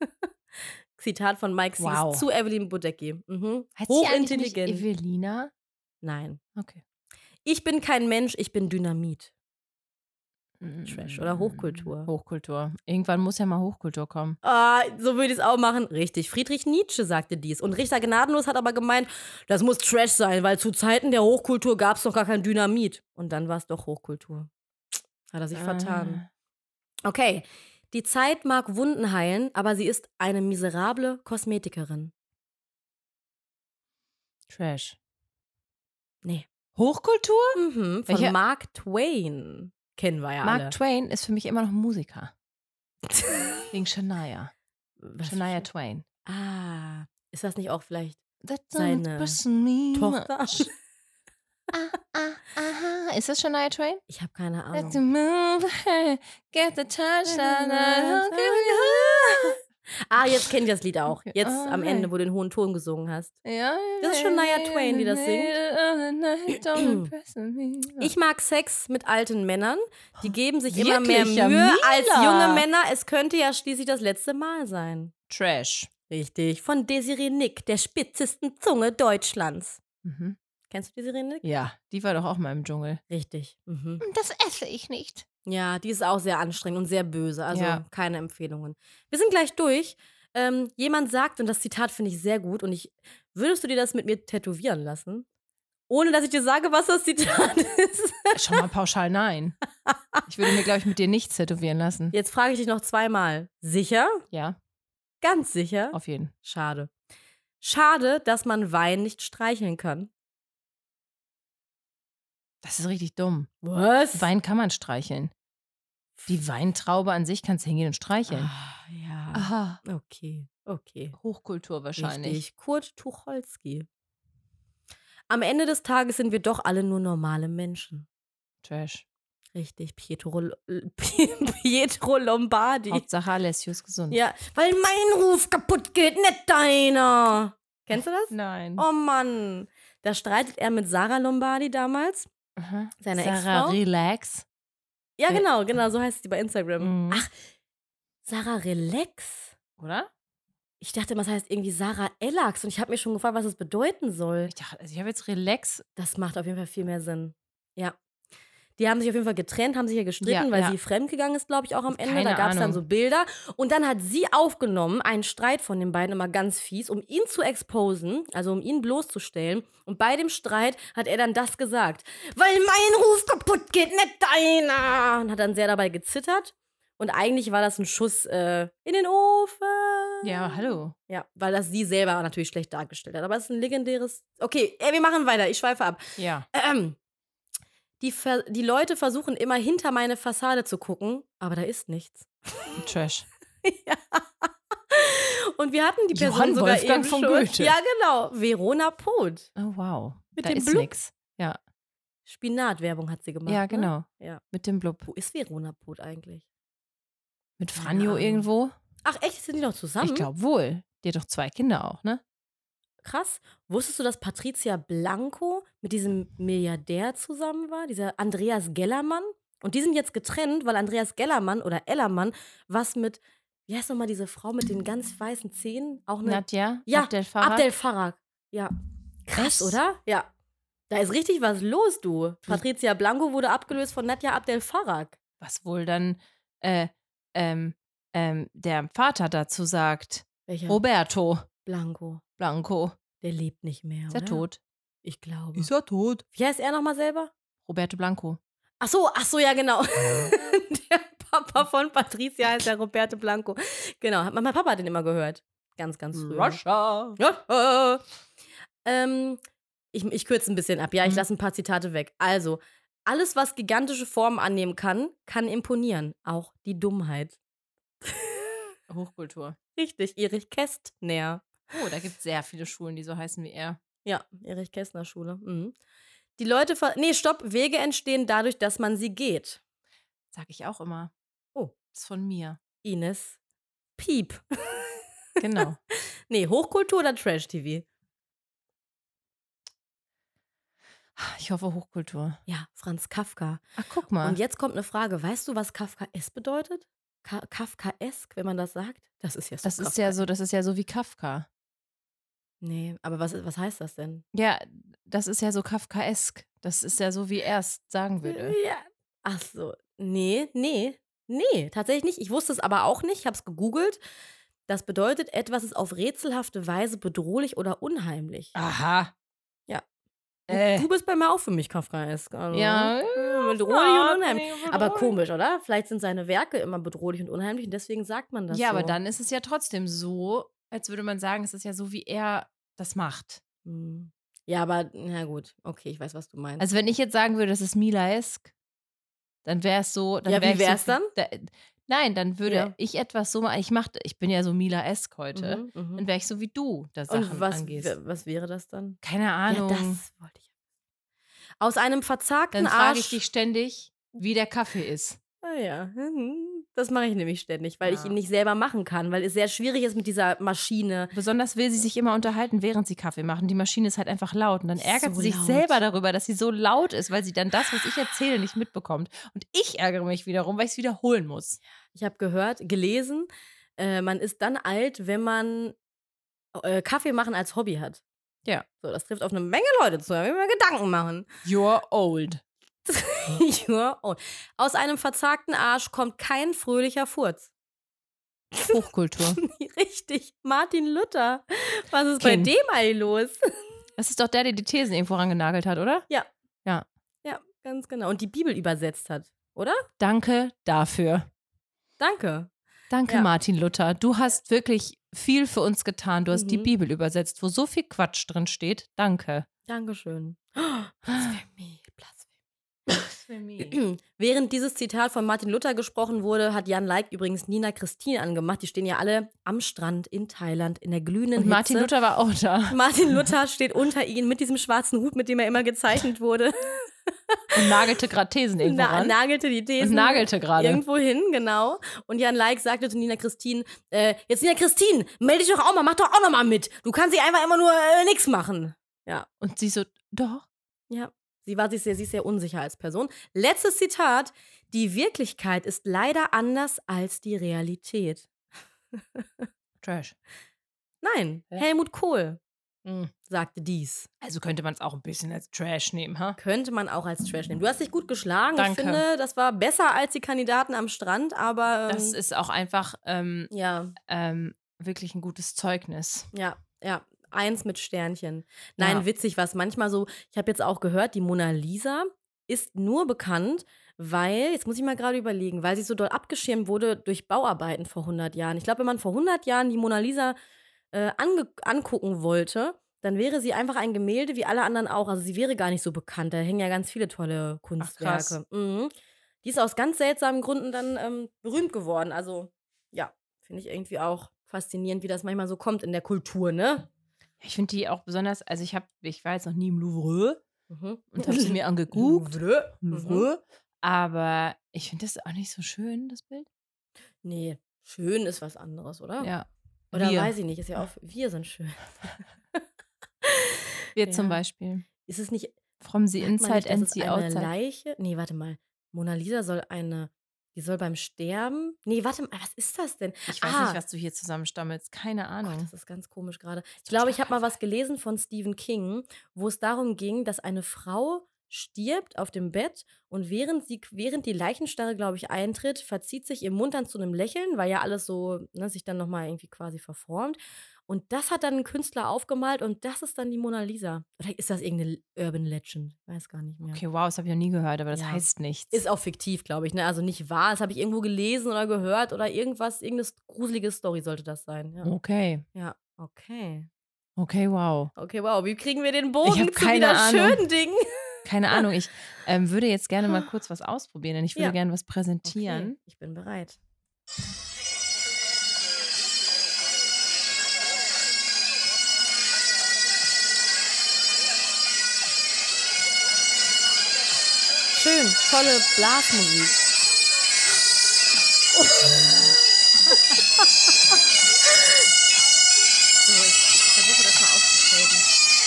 A: *laughs* Zitat von Mike Sees
B: Wow.
A: zu Evelyn Bodecki. Mhm.
B: Heißt sie eigentlich nicht
A: Hochintelligent.
B: Evelina?
A: Nein.
B: Okay.
A: Ich bin kein Mensch, ich bin Dynamit. Trash oder
B: Mm.
A: Hochkultur?
B: Hochkultur. Irgendwann muss ja mal Hochkultur kommen.
A: Ah, so würde ich es auch machen. Richtig. Friedrich Nietzsche sagte dies. Und Richter Gnadenlos hat aber gemeint, das muss Trash sein, weil zu Zeiten der Hochkultur gab es doch gar kein Dynamit. Und dann war es doch Hochkultur. Hat er sich
B: Ah.
A: vertan. Okay. Die Zeit mag Wunden heilen, aber sie ist eine miserable Kosmetikerin.
B: Ah, Trash.
A: Nee.
B: Hochkultur?
A: Mhm, von
B: Welche-
A: Mark Twain. Kennen wir ja
B: Mark
A: alle.
B: Twain ist für mich immer noch Musiker.
A: *laughs*
B: Wegen Shania.
A: Was-
B: Shania Twain.
A: Ah, ist das nicht auch vielleicht
B: That
A: Seine
B: don't impress me
A: Tochter?
B: much. ah, ah, aha. Ist das Shania Twain?
A: Ich habe keine
B: Let the *laughs*
A: Ahnung.
B: move, hey, get the touch, na, na, na, na, na, na.
A: *laughs* Ah, jetzt kennt ihr das Lied auch. Jetzt
B: Ah,
A: am
B: nein.
A: Ende, wo du den hohen Ton gesungen hast.
B: Ja,
A: Das ist schon Nia Twain, die das
B: äh,
A: *clears throat*
B: singt.
A: Ich mag Sex mit alten Männern. Die geben sich immer mehr
B: Wirklich,
A: Mühe
B: ja, Mila.
A: als junge Männer. Es könnte ja schließlich das letzte Mal sein.
B: Trash.
A: Richtig. Von Desiree Nick, der spitzesten Zunge Deutschlands.
B: Mhm.
A: Kennst du Desiree Nick?
B: Ja, die war doch auch mal im Dschungel.
A: Richtig. Mhm.
B: Das esse ich nicht.
A: Ja, die ist auch sehr anstrengend und sehr böse. Also
B: Ja.
A: keine Empfehlungen. Wir sind gleich durch. Ähm, jemand sagt, und das Zitat finde ich sehr gut, und ich würdest du dir das mit mir tätowieren lassen? Ohne dass ich dir sage, was das Zitat *laughs* ist.
B: Äh, Schon mal pauschal nein. Ich würde mir, glaube ich, mit dir nichts tätowieren lassen.
A: Jetzt frage ich dich noch zweimal. Sicher?
B: Ja,
A: Ganz sicher?
B: auf jeden.
A: Schade. Schade, dass man Wein nicht streicheln kann.
B: Das ist richtig dumm.
A: Was? Wein.
B: Wein kann man streicheln. Die Weintraube an sich kannst du hingehen und streicheln.
A: Ah, ja.
B: Aha.
A: Okay, okay.
B: Hochkultur wahrscheinlich.
A: Richtig. Kurt Tucholsky. Am Ende des Tages sind wir doch alle nur normale Menschen.
B: Trash.
A: Richtig, Pietro, L- äh, *laughs* Pietro Lombardi.
B: Hauptsache Alessio ist gesund.
A: Ja, weil mein Ruf kaputt geht, nicht deiner. Kennst du das?
B: Nein.
A: Oh Mann. Da streitet er mit Sarah Lombardi damals.
B: Aha.
A: Seine
B: Mhm. Sarah,
A: Ex-Frau?
B: relax.
A: Ja,
B: Ja.
A: genau, genau, so heißt sie bei Instagram.
B: Mhm.
A: Ach, Sarah Relax?
B: Oder?
A: Ich dachte immer, es heißt irgendwie Sarah Ellax und ich habe mir schon gefragt, was das bedeuten soll.
B: Ich dachte, also ich habe jetzt relax.
A: Das macht auf jeden Fall viel mehr Sinn. Ja. Die haben sich auf jeden Fall getrennt, haben sich ja gestritten,
B: Ja,
A: weil
B: ja.
A: sie fremdgegangen ist, glaube ich, auch am Ende.
B: Keine
A: da gab es dann
B: Ahnung.
A: so Bilder. Und dann hat sie aufgenommen, einen Streit von den beiden, immer ganz fies, um ihn zu exposen, also um ihn bloßzustellen. Und bei dem Streit hat er dann das gesagt. Weil mein Ruf kaputt geht, nicht deiner. Und hat dann sehr dabei gezittert. Und eigentlich war das ein Schuss äh, in den Ofen.
B: Ja, hallo.
A: Ja, weil das sie selber natürlich schlecht dargestellt hat. Aber es ist ein legendäres. Okay, ey, wir machen weiter. Ich schweife ab.
B: Ja.
A: Ahem. Ähm, Die, ver die Leute versuchen immer hinter meine Fassade zu gucken, aber da ist nichts. *laughs*
B: Trash.
A: Und wir hatten die Person
B: Johann
A: sogar
B: Wolfgang
A: eben
B: von
A: schon.
B: Goethe.
A: Ja, genau. Verona Poth.
B: Oh, wow.
A: Mit
B: da
A: dem
B: ist
A: Blub.
B: nix. Ja,
A: Spinatwerbung hat sie gemacht.
B: ja
A: Ne?
B: genau.
A: Ja.
B: Mit dem Blub.
A: Wo ist Verona Poth eigentlich?
B: Mit
A: Keine
B: Franjo
A: Ahnung.
B: irgendwo?
A: Ach, echt? Sind die noch zusammen?
B: Ich glaube wohl. Die hat doch zwei Kinder auch, ne?
A: Krass. Wusstest du, dass Patricia Blanco mit diesem Milliardär zusammen war? Dieser Andreas Gellermann? Und die sind jetzt getrennt, weil Andreas Gellermann oder Ellermann was mit, wie heißt nochmal diese Frau mit den ganz weißen Zähnen? Auch eine
B: Nadja?
A: Ja,
B: Abdel Farah?
A: Abdel Farag. Ja. Krass,
B: Echt?
A: oder? Ja. Da ist richtig was los, du. Patricia Blanco wurde abgelöst von Nadja Abdel Farag.
B: Was wohl dann äh, ähm, ähm, der Vater dazu sagt?
A: Welcher?
B: Roberto
A: Blanco.
B: Blanco.
A: Der lebt nicht mehr.
B: Ist er
A: oder?
B: tot?
A: Ich glaube.
B: er tot?
A: Wie heißt er nochmal selber?
B: Roberto Blanco.
A: Ach so, ach so, ja, genau. *laughs* der Papa von Patricia heißt der Roberto Blanco. Genau, hat mein Papa den immer gehört. Ganz, ganz
B: Hm.
A: früh.
B: Russia.
A: Ja. Ähm, ich, ich kürze ein bisschen ab, ja, ich
B: Mhm.
A: lasse ein paar Zitate weg. Also, alles, was gigantische Formen annehmen kann, kann imponieren. Auch die Dummheit.
B: Hochkultur.
A: Richtig, Erich Kästner.
B: Oh, da gibt es sehr viele Schulen, die so heißen wie er.
A: Ja, Erich Kästner Schule. Mhm. Die Leute ver. Nee, stopp, Wege entstehen dadurch, dass man sie geht.
B: Sag ich auch immer.
A: Oh.
B: Das ist von mir.
A: Ines. Piep.
B: Genau. *laughs*
A: Nee, Hochkultur oder Trash-TV?
B: Ich hoffe Hochkultur.
A: Ja, Franz Kafka.
B: Ach, guck mal.
A: Und jetzt kommt eine Frage. Weißt du, was Kafka S bedeutet? Ka Kafkaesk, wenn man das sagt? Das ist ja so.
B: das ist ja so, das ist ja so wie Kafka.
A: Nee, aber was, was heißt das denn?
B: Ja, das ist ja so Kafkaesk. Das ist ja so, wie er es sagen würde.
A: Ja. Ach so. Nee, nee, nee, tatsächlich nicht. Ich wusste es aber auch nicht. Ich habe es gegoogelt. Das bedeutet, etwas ist auf rätselhafte Weise bedrohlich oder unheimlich.
B: Aha.
A: Ja.
B: Ah, Äh.
A: Du bist bei mir auch für mich Kafkaesk. Also.
B: Ja.
A: Bedrohlich und unheimlich. Aber komisch, oder? Vielleicht sind seine Werke immer bedrohlich und unheimlich und deswegen sagt man das
B: Ja,
A: ne, so.
B: aber dann ist es ja trotzdem so, als würde man sagen, es ist ja so, wie er das macht.
A: Hm. Ja, aber na gut, okay, ich weiß, was du meinst.
B: Also wenn ich jetzt sagen würde, das ist Milaesk, dann wäre es so. Dann
A: Ja,
B: wär
A: wie
B: ich
A: wär's
B: so,
A: dann?
B: Da, nein, dann würde
A: Ja.
B: ich etwas so machen. Ich mach, ich bin ja so Milaesk heute.
A: Mhm, mhm.
B: Dann wäre ich so wie Also, du, da Sachen
A: Und was,
B: angehst.
A: wär- was wäre das dann?
B: Keine Ahnung.
A: Ja, das wollte ich. Aus einem verzagten
B: dann frage ich
A: Arsch.
B: dich ständig, wie der Kaffee ist.
A: Ah, ja. Mhm. Das mache ich nämlich ständig, weil ich
B: Ja.
A: ihn nicht selber machen kann, weil es sehr schwierig ist mit dieser Maschine.
B: Besonders will sie sich immer unterhalten, während sie Kaffee machen. Die Maschine ist halt einfach laut. Und dann
A: Die ist
B: ärgert
A: so
B: sie sich
A: laut.
B: selber darüber, dass sie so laut ist, weil sie dann das, was ich erzähle, nicht mitbekommt. Und ich ärgere mich wiederum, weil ich es wiederholen muss.
A: Ich habe gehört, gelesen, äh, man ist dann alt, wenn man äh, Kaffee machen als Hobby hat.
B: Ja.
A: So, das trifft auf eine Menge Leute zu, da will ich mir Gedanken machen.
B: You're old.
A: ja, oh. Aus einem verzagten Arsch kommt kein fröhlicher Furz. *laughs*
B: Hochkultur.
A: Richtig, Martin Luther. Was ist bei
B: Kind.
A: dem eigentlich los?
B: *laughs*
A: *laughs*
B: Das ist doch der, der die Thesen irgendwo rangenagelt hat, oder?
A: Ja, ganz genau. Und die Bibel übersetzt hat, oder?
B: Danke dafür.
A: Danke.
B: Danke,
A: Ja.
B: Martin Luther. Du hast wirklich viel für uns getan. Du hast die
A: Mhm.
B: Bibel übersetzt, wo so viel Quatsch drin steht. Danke.
A: Dankeschön. *gasps* Blasphemie, Blasphemie. Während dieses Zitat von Martin Luther gesprochen wurde, hat Jan Leik übrigens Nina Christine angemacht. Die stehen ja alle am Strand in Thailand in der glühenden
B: Und Martin
A: Hitze.
B: Luther war auch da.
A: *laughs* Martin Luther steht unter ihnen mit diesem schwarzen Hut, mit dem er immer gezeichnet wurde.
B: Und nagelte gerade Thesen irgendwo
A: *laughs* Na,
B: ran.
A: nagelte die Thesen.
B: Und nagelte gerade.
A: Irgendwo hin, genau. Und Jan Like sagte zu Nina Christine, äh, jetzt Nina Christine, melde dich doch auch mal, mach doch auch noch mal mit. Du kannst sie einfach immer nur äh, nichts machen.
B: Und sie so, doch.
A: Ja, sie war sich sehr, sie ist sehr unsicher als Person. Letztes Zitat. Die Wirklichkeit ist leider anders als die Realität.
B: Trash.
A: Nein,
B: Hä?
A: Helmut Kohl sagte dies.
B: Also könnte man es auch ein bisschen als Trash nehmen, ha?
A: Könnte man auch als Trash nehmen. Du hast dich gut geschlagen.
B: Danke.
A: Ich finde, das war besser als die Kandidaten am Strand, aber ähm,
B: Das ist auch einfach ähm,
A: ja,
B: ähm, wirklich ein gutes Zeugnis.
A: ja, ja. Eins mit Sternchen. Nein,
B: Ja.
A: witzig, was manchmal so, ich habe jetzt auch gehört, die Mona Lisa ist nur bekannt, weil, jetzt muss ich mal gerade überlegen, weil sie so doll abgeschirmt wurde durch Bauarbeiten vor 100 Jahren. Ich glaube, wenn man vor 100 Jahren die Mona Lisa äh, ange angucken wollte, dann wäre sie einfach ein Gemälde wie alle anderen auch. Also sie wäre gar nicht so bekannt. Da hängen ja ganz viele tolle Kunstwerke. Mhm. Die ist aus ganz seltsamen Gründen dann ähm, berühmt geworden. Also ja, finde ich irgendwie auch faszinierend, wie das manchmal so kommt in der Kultur, ne?
B: Ich finde die auch besonders, also ich habe, ich war jetzt noch nie im Louvre
A: Mhm.
B: und
A: *laughs*
B: habe sie mir angeguckt.
A: Louvre. Mhm.
B: Louvre. Aber ich finde das auch nicht so schön, das Bild.
A: Nee, schön ist was anderes, oder?
B: Ja.
A: Oder
B: wir,
A: weiß ich nicht, ist ja auch, wir sind schön.
B: wir
A: Ja.
B: zum Beispiel.
A: Ist es nicht,
B: From the
A: sagt man
B: inside
A: nicht
B: and
A: dass es
B: the
A: eine
B: outside.
A: Leiche? Nee, warte mal. Mona Lisa soll eine, die soll beim Sterben? Nee, warte mal, was ist das denn?
B: Ich weiß
A: Ah.
B: nicht, was du hier zusammenstammelst. Keine
A: Gott,
B: Ahnung.
A: das ist ganz komisch gerade. Ich glaube, ich habe mal was gelesen von Stephen King, wo es darum ging, dass eine Frau stirbt auf dem Bett und während sie während die Leichenstarre, glaube ich, eintritt, verzieht sich ihr Mund dann zu einem Lächeln, weil ja alles so ne, sich dann noch mal irgendwie quasi verformt. Und das hat dann ein Künstler aufgemalt und das ist dann die Mona Lisa. Oder ist das irgendeine Urban Legend? Weiß gar nicht mehr.
B: okay, wow, das habe ich noch nie gehört, aber das
A: Ja.
B: heißt nichts.
A: Ist auch fiktiv, glaube ich, ne? Also nicht wahr. Das habe ich irgendwo gelesen oder gehört oder irgendwas, irgendeine gruselige Story sollte das sein. Ja.
B: okay.
A: ja. Okay.
B: Okay, wow.
A: Okay, wow, wie kriegen wir den Bogen
B: hab
A: zu
B: keine
A: wieder
B: Ahnung. *laughs*
A: schönen Dingen?
B: Keine Ahnung, ich ähm, würde jetzt gerne
A: *laughs*
B: mal kurz was ausprobieren, denn ich würde
A: Ja.
B: gerne was präsentieren.
A: Okay, ich bin bereit. Schön, tolle
B: *laughs*
A: Blasmusik.
B: So, ich versuche das mal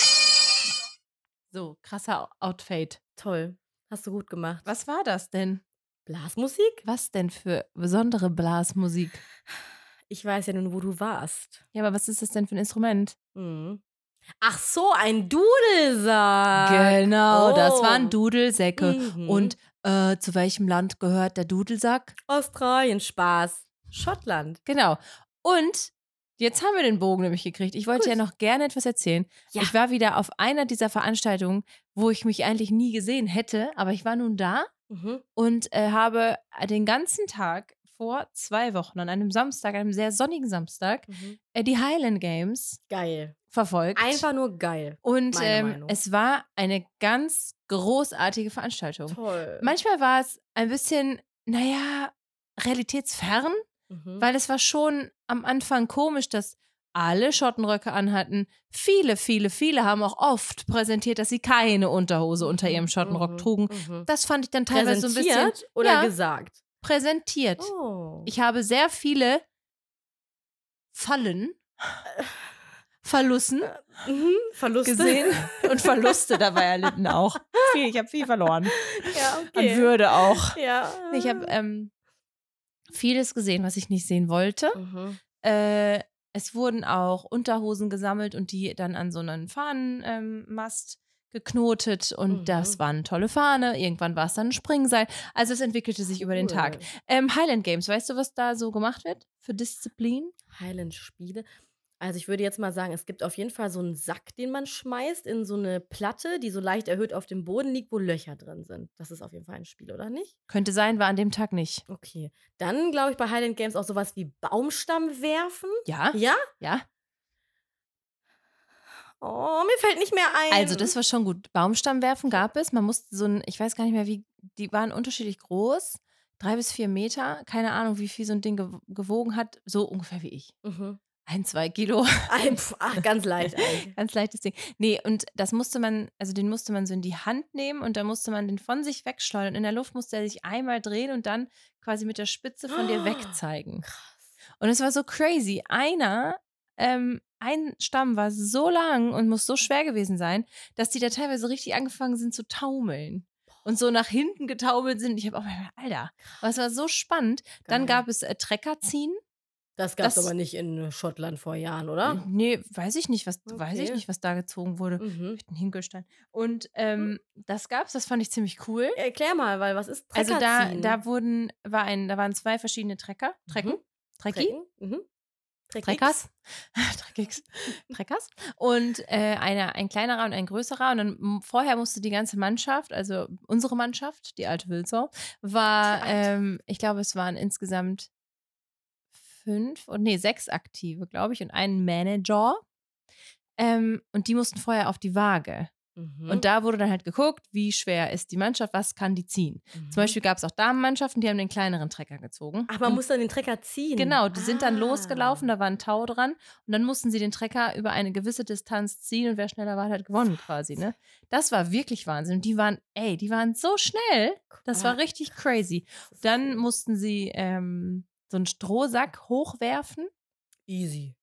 B: auszufaden. So, krasser Outfade.
A: Toll, hast du gut gemacht.
B: Was war das denn?
A: Blasmusik?
B: Was denn für besondere Blasmusik?
A: Ich weiß ja nun, wo du warst.
B: Ja, aber was ist das denn für ein Instrument?
A: Mhm. Ach so, ein Dudelsack.
B: Genau, das
A: Oh.
B: waren Dudelsäcke.
A: Mhm.
B: Und äh, zu welchem Land gehört der Dudelsack?
A: Australien, Spaß. Schottland.
B: Genau. Und jetzt haben wir den Bogen nämlich gekriegt. Ich wollte
A: Gut.
B: ja noch gerne etwas erzählen.
A: Ja.
B: Ich war wieder auf einer dieser Veranstaltungen, wo ich mich eigentlich nie gesehen hätte, aber ich war nun da
A: Mhm.
B: und äh, habe den ganzen Tag vor zwei Wochen an einem Samstag, einem sehr sonnigen Samstag,
A: Mhm.
B: äh, die Highland Games
A: Geil.
B: verfolgt.
A: Einfach nur geil.
B: und
A: meine
B: ähm,
A: Meinung.
B: es war eine ganz großartige Veranstaltung.
A: Toll.
B: Manchmal war es ein bisschen, naja, realitätsfern,
A: mhm.
B: weil es war schon am Anfang komisch, dass alle Schottenröcke anhatten. Viele, viele, viele haben auch oft präsentiert, dass sie keine Unterhose unter ihrem Schottenrock
A: Mhm,
B: trugen.
A: mhm.
B: Das fand ich dann teilweise so ein bisschen.
A: Präsentiert oder
B: Ja.
A: gesagt.
B: präsentiert.
A: Oh.
B: Ich habe sehr viele Fallen, Verlussen
A: mhm. Verluste.
B: gesehen und Verluste dabei erlitten auch. Viel, ich habe viel verloren.
A: *laughs* Ja,
B: Und
A: okay.
B: Würde auch.
A: ja.
B: Ich habe ähm, vieles gesehen, was ich nicht sehen wollte.
A: Mhm.
B: Äh, es wurden auch Unterhosen gesammelt und die dann an so einen Fahnenmast ähm, Mast geknotet und
A: Mhm.
B: das war eine tolle Fahne. Irgendwann war es dann ein Springseil. Also es entwickelte sich über den
A: Cool.
B: Tag. Ähm, Highland Games, weißt du, was da so gemacht wird für Disziplin?
A: Highland-Spiele. Also ich würde jetzt mal sagen, es gibt auf jeden Fall so einen Sack, den man schmeißt in so eine Platte, die so leicht erhöht auf dem Boden liegt, wo Löcher drin sind. Das ist auf jeden Fall ein Spiel, oder nicht?
B: Könnte sein, war an dem Tag nicht.
A: Okay. Dann glaube ich bei Highland Games auch sowas wie Baumstamm werfen.
B: Ja,
A: Hm. Ja?
B: ja.
A: Oh, mir fällt nicht mehr ein.
B: Also das war schon gut. Baumstammwerfen gab es. Man musste so ein, ich weiß gar nicht mehr wie, die waren unterschiedlich groß. Drei bis vier Meter. Keine Ahnung, wie viel so ein Ding gew gewogen hat. So ungefähr wie ich.
A: Mhm.
B: Ein, zwei Kilo.
A: Ein- pf, Ach, ganz leicht
B: *laughs*
A: eigentlich.
B: Ganz leichtes Ding. Nee, und das musste man, also den musste man so in die Hand nehmen und dann musste man den von sich wegschleudern. In der Luft musste er sich einmal drehen und dann quasi mit der Spitze von
A: *gasps*
B: dir wegzeigen.
A: Krass.
B: Und es war so crazy. Einer, ähm, ein Stamm war so lang und muss so schwer gewesen sein, dass die da teilweise richtig angefangen sind zu taumeln. Und so nach hinten getaumelt sind. Ich habe auch mal, gedacht, Alter, aber es war so spannend. Dann
A: Geil.
B: gab es äh, Trecker ziehen.
A: Das gab es
B: das-
A: aber nicht in Schottland vor Jahren, oder?
B: Nee, weiß ich nicht, was weiß ich
A: Ah. Okay.
B: nicht, was da gezogen wurde.
A: Mhm.
B: Durch den Hinkelstein. Und ähm, das gab's, das fand ich ziemlich cool.
A: Erklär mal, weil was ist Mhm.
B: Also da,
A: Treckerziehen?
B: da wurden, war ein, da waren zwei verschiedene Trecker. Trecken?
A: Mhm.
B: Trecki?
A: Trecken? Mhm. Treck X?
B: Treckers. *laughs* Treckix. Treckers. Und äh, einer, ein kleinerer und ein größerer. Und dann m- vorher musste die ganze Mannschaft, also unsere Mannschaft, die alte Wildsau, war,
A: Die alte.
B: ähm, ich glaube, es waren insgesamt fünf und nee, sechs Aktive, glaube ich, und einen Manager. Ähm, und die mussten vorher auf die Waage.
A: Mhm.
B: Und da wurde dann halt geguckt, wie schwer ist die Mannschaft, was kann die ziehen.
A: Mhm.
B: Zum Beispiel gab es auch Damenmannschaften, die haben den kleineren Trecker gezogen.
A: Ach, man
B: Und-
A: muss dann den Trecker ziehen.
B: Genau, die sind dann
A: Ah.
B: losgelaufen, da war ein Tau dran und dann mussten sie den Trecker über eine gewisse Distanz ziehen und wer schneller war, hat gewonnen quasi, ne? Das war wirklich Wahnsinn und die waren, ey, die waren so schnell, das war
A: Ah,
B: richtig crazy.
A: das ist
B: Dann
A: cool.
B: mussten sie ähm, so einen Strohsack hochwerfen,
A: easy.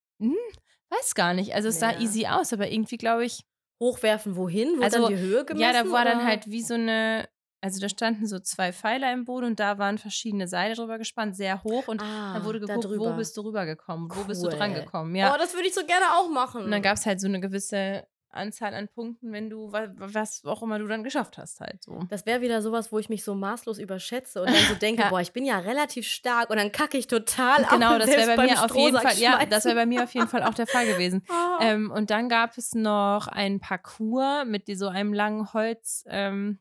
B: weiß gar nicht, also es sah
A: Ja.
B: easy aus, aber irgendwie glaube ich,
A: Hochwerfen wohin? Wo
B: Also,
A: dann die Höhe gemessen?
B: Ja, da war dann
A: oder?
B: halt wie so eine, also da standen so zwei Pfeiler im Boden und da waren verschiedene Seile drüber gespannt, sehr hoch und
A: ah,
B: da wurde geguckt, wo bist du rübergekommen, wo bist du
A: Cool.
B: dran gekommen, ja.
A: Oh, das würde ich so gerne auch machen.
B: und dann gab es halt so eine gewisse Anzahl an Punkten, wenn du, wa- was auch immer du dann geschafft hast halt so.
A: das wäre wieder sowas, wo ich mich so maßlos überschätze und dann
B: *laughs*
A: so denke,
B: Ja.
A: boah, ich bin ja relativ stark und dann kacke ich total ab.
B: Genau, das
A: selbst
B: wäre bei
A: beim
B: mir auf jeden
A: Strohsack
B: Fall, ja, das wäre
A: schmeißen.
B: bei mir auf jeden Fall auch der Fall gewesen.
A: *laughs* Ah.
B: Ähm, und dann gab es noch einen Parcours mit so einem langen Holzstamm. Ähm,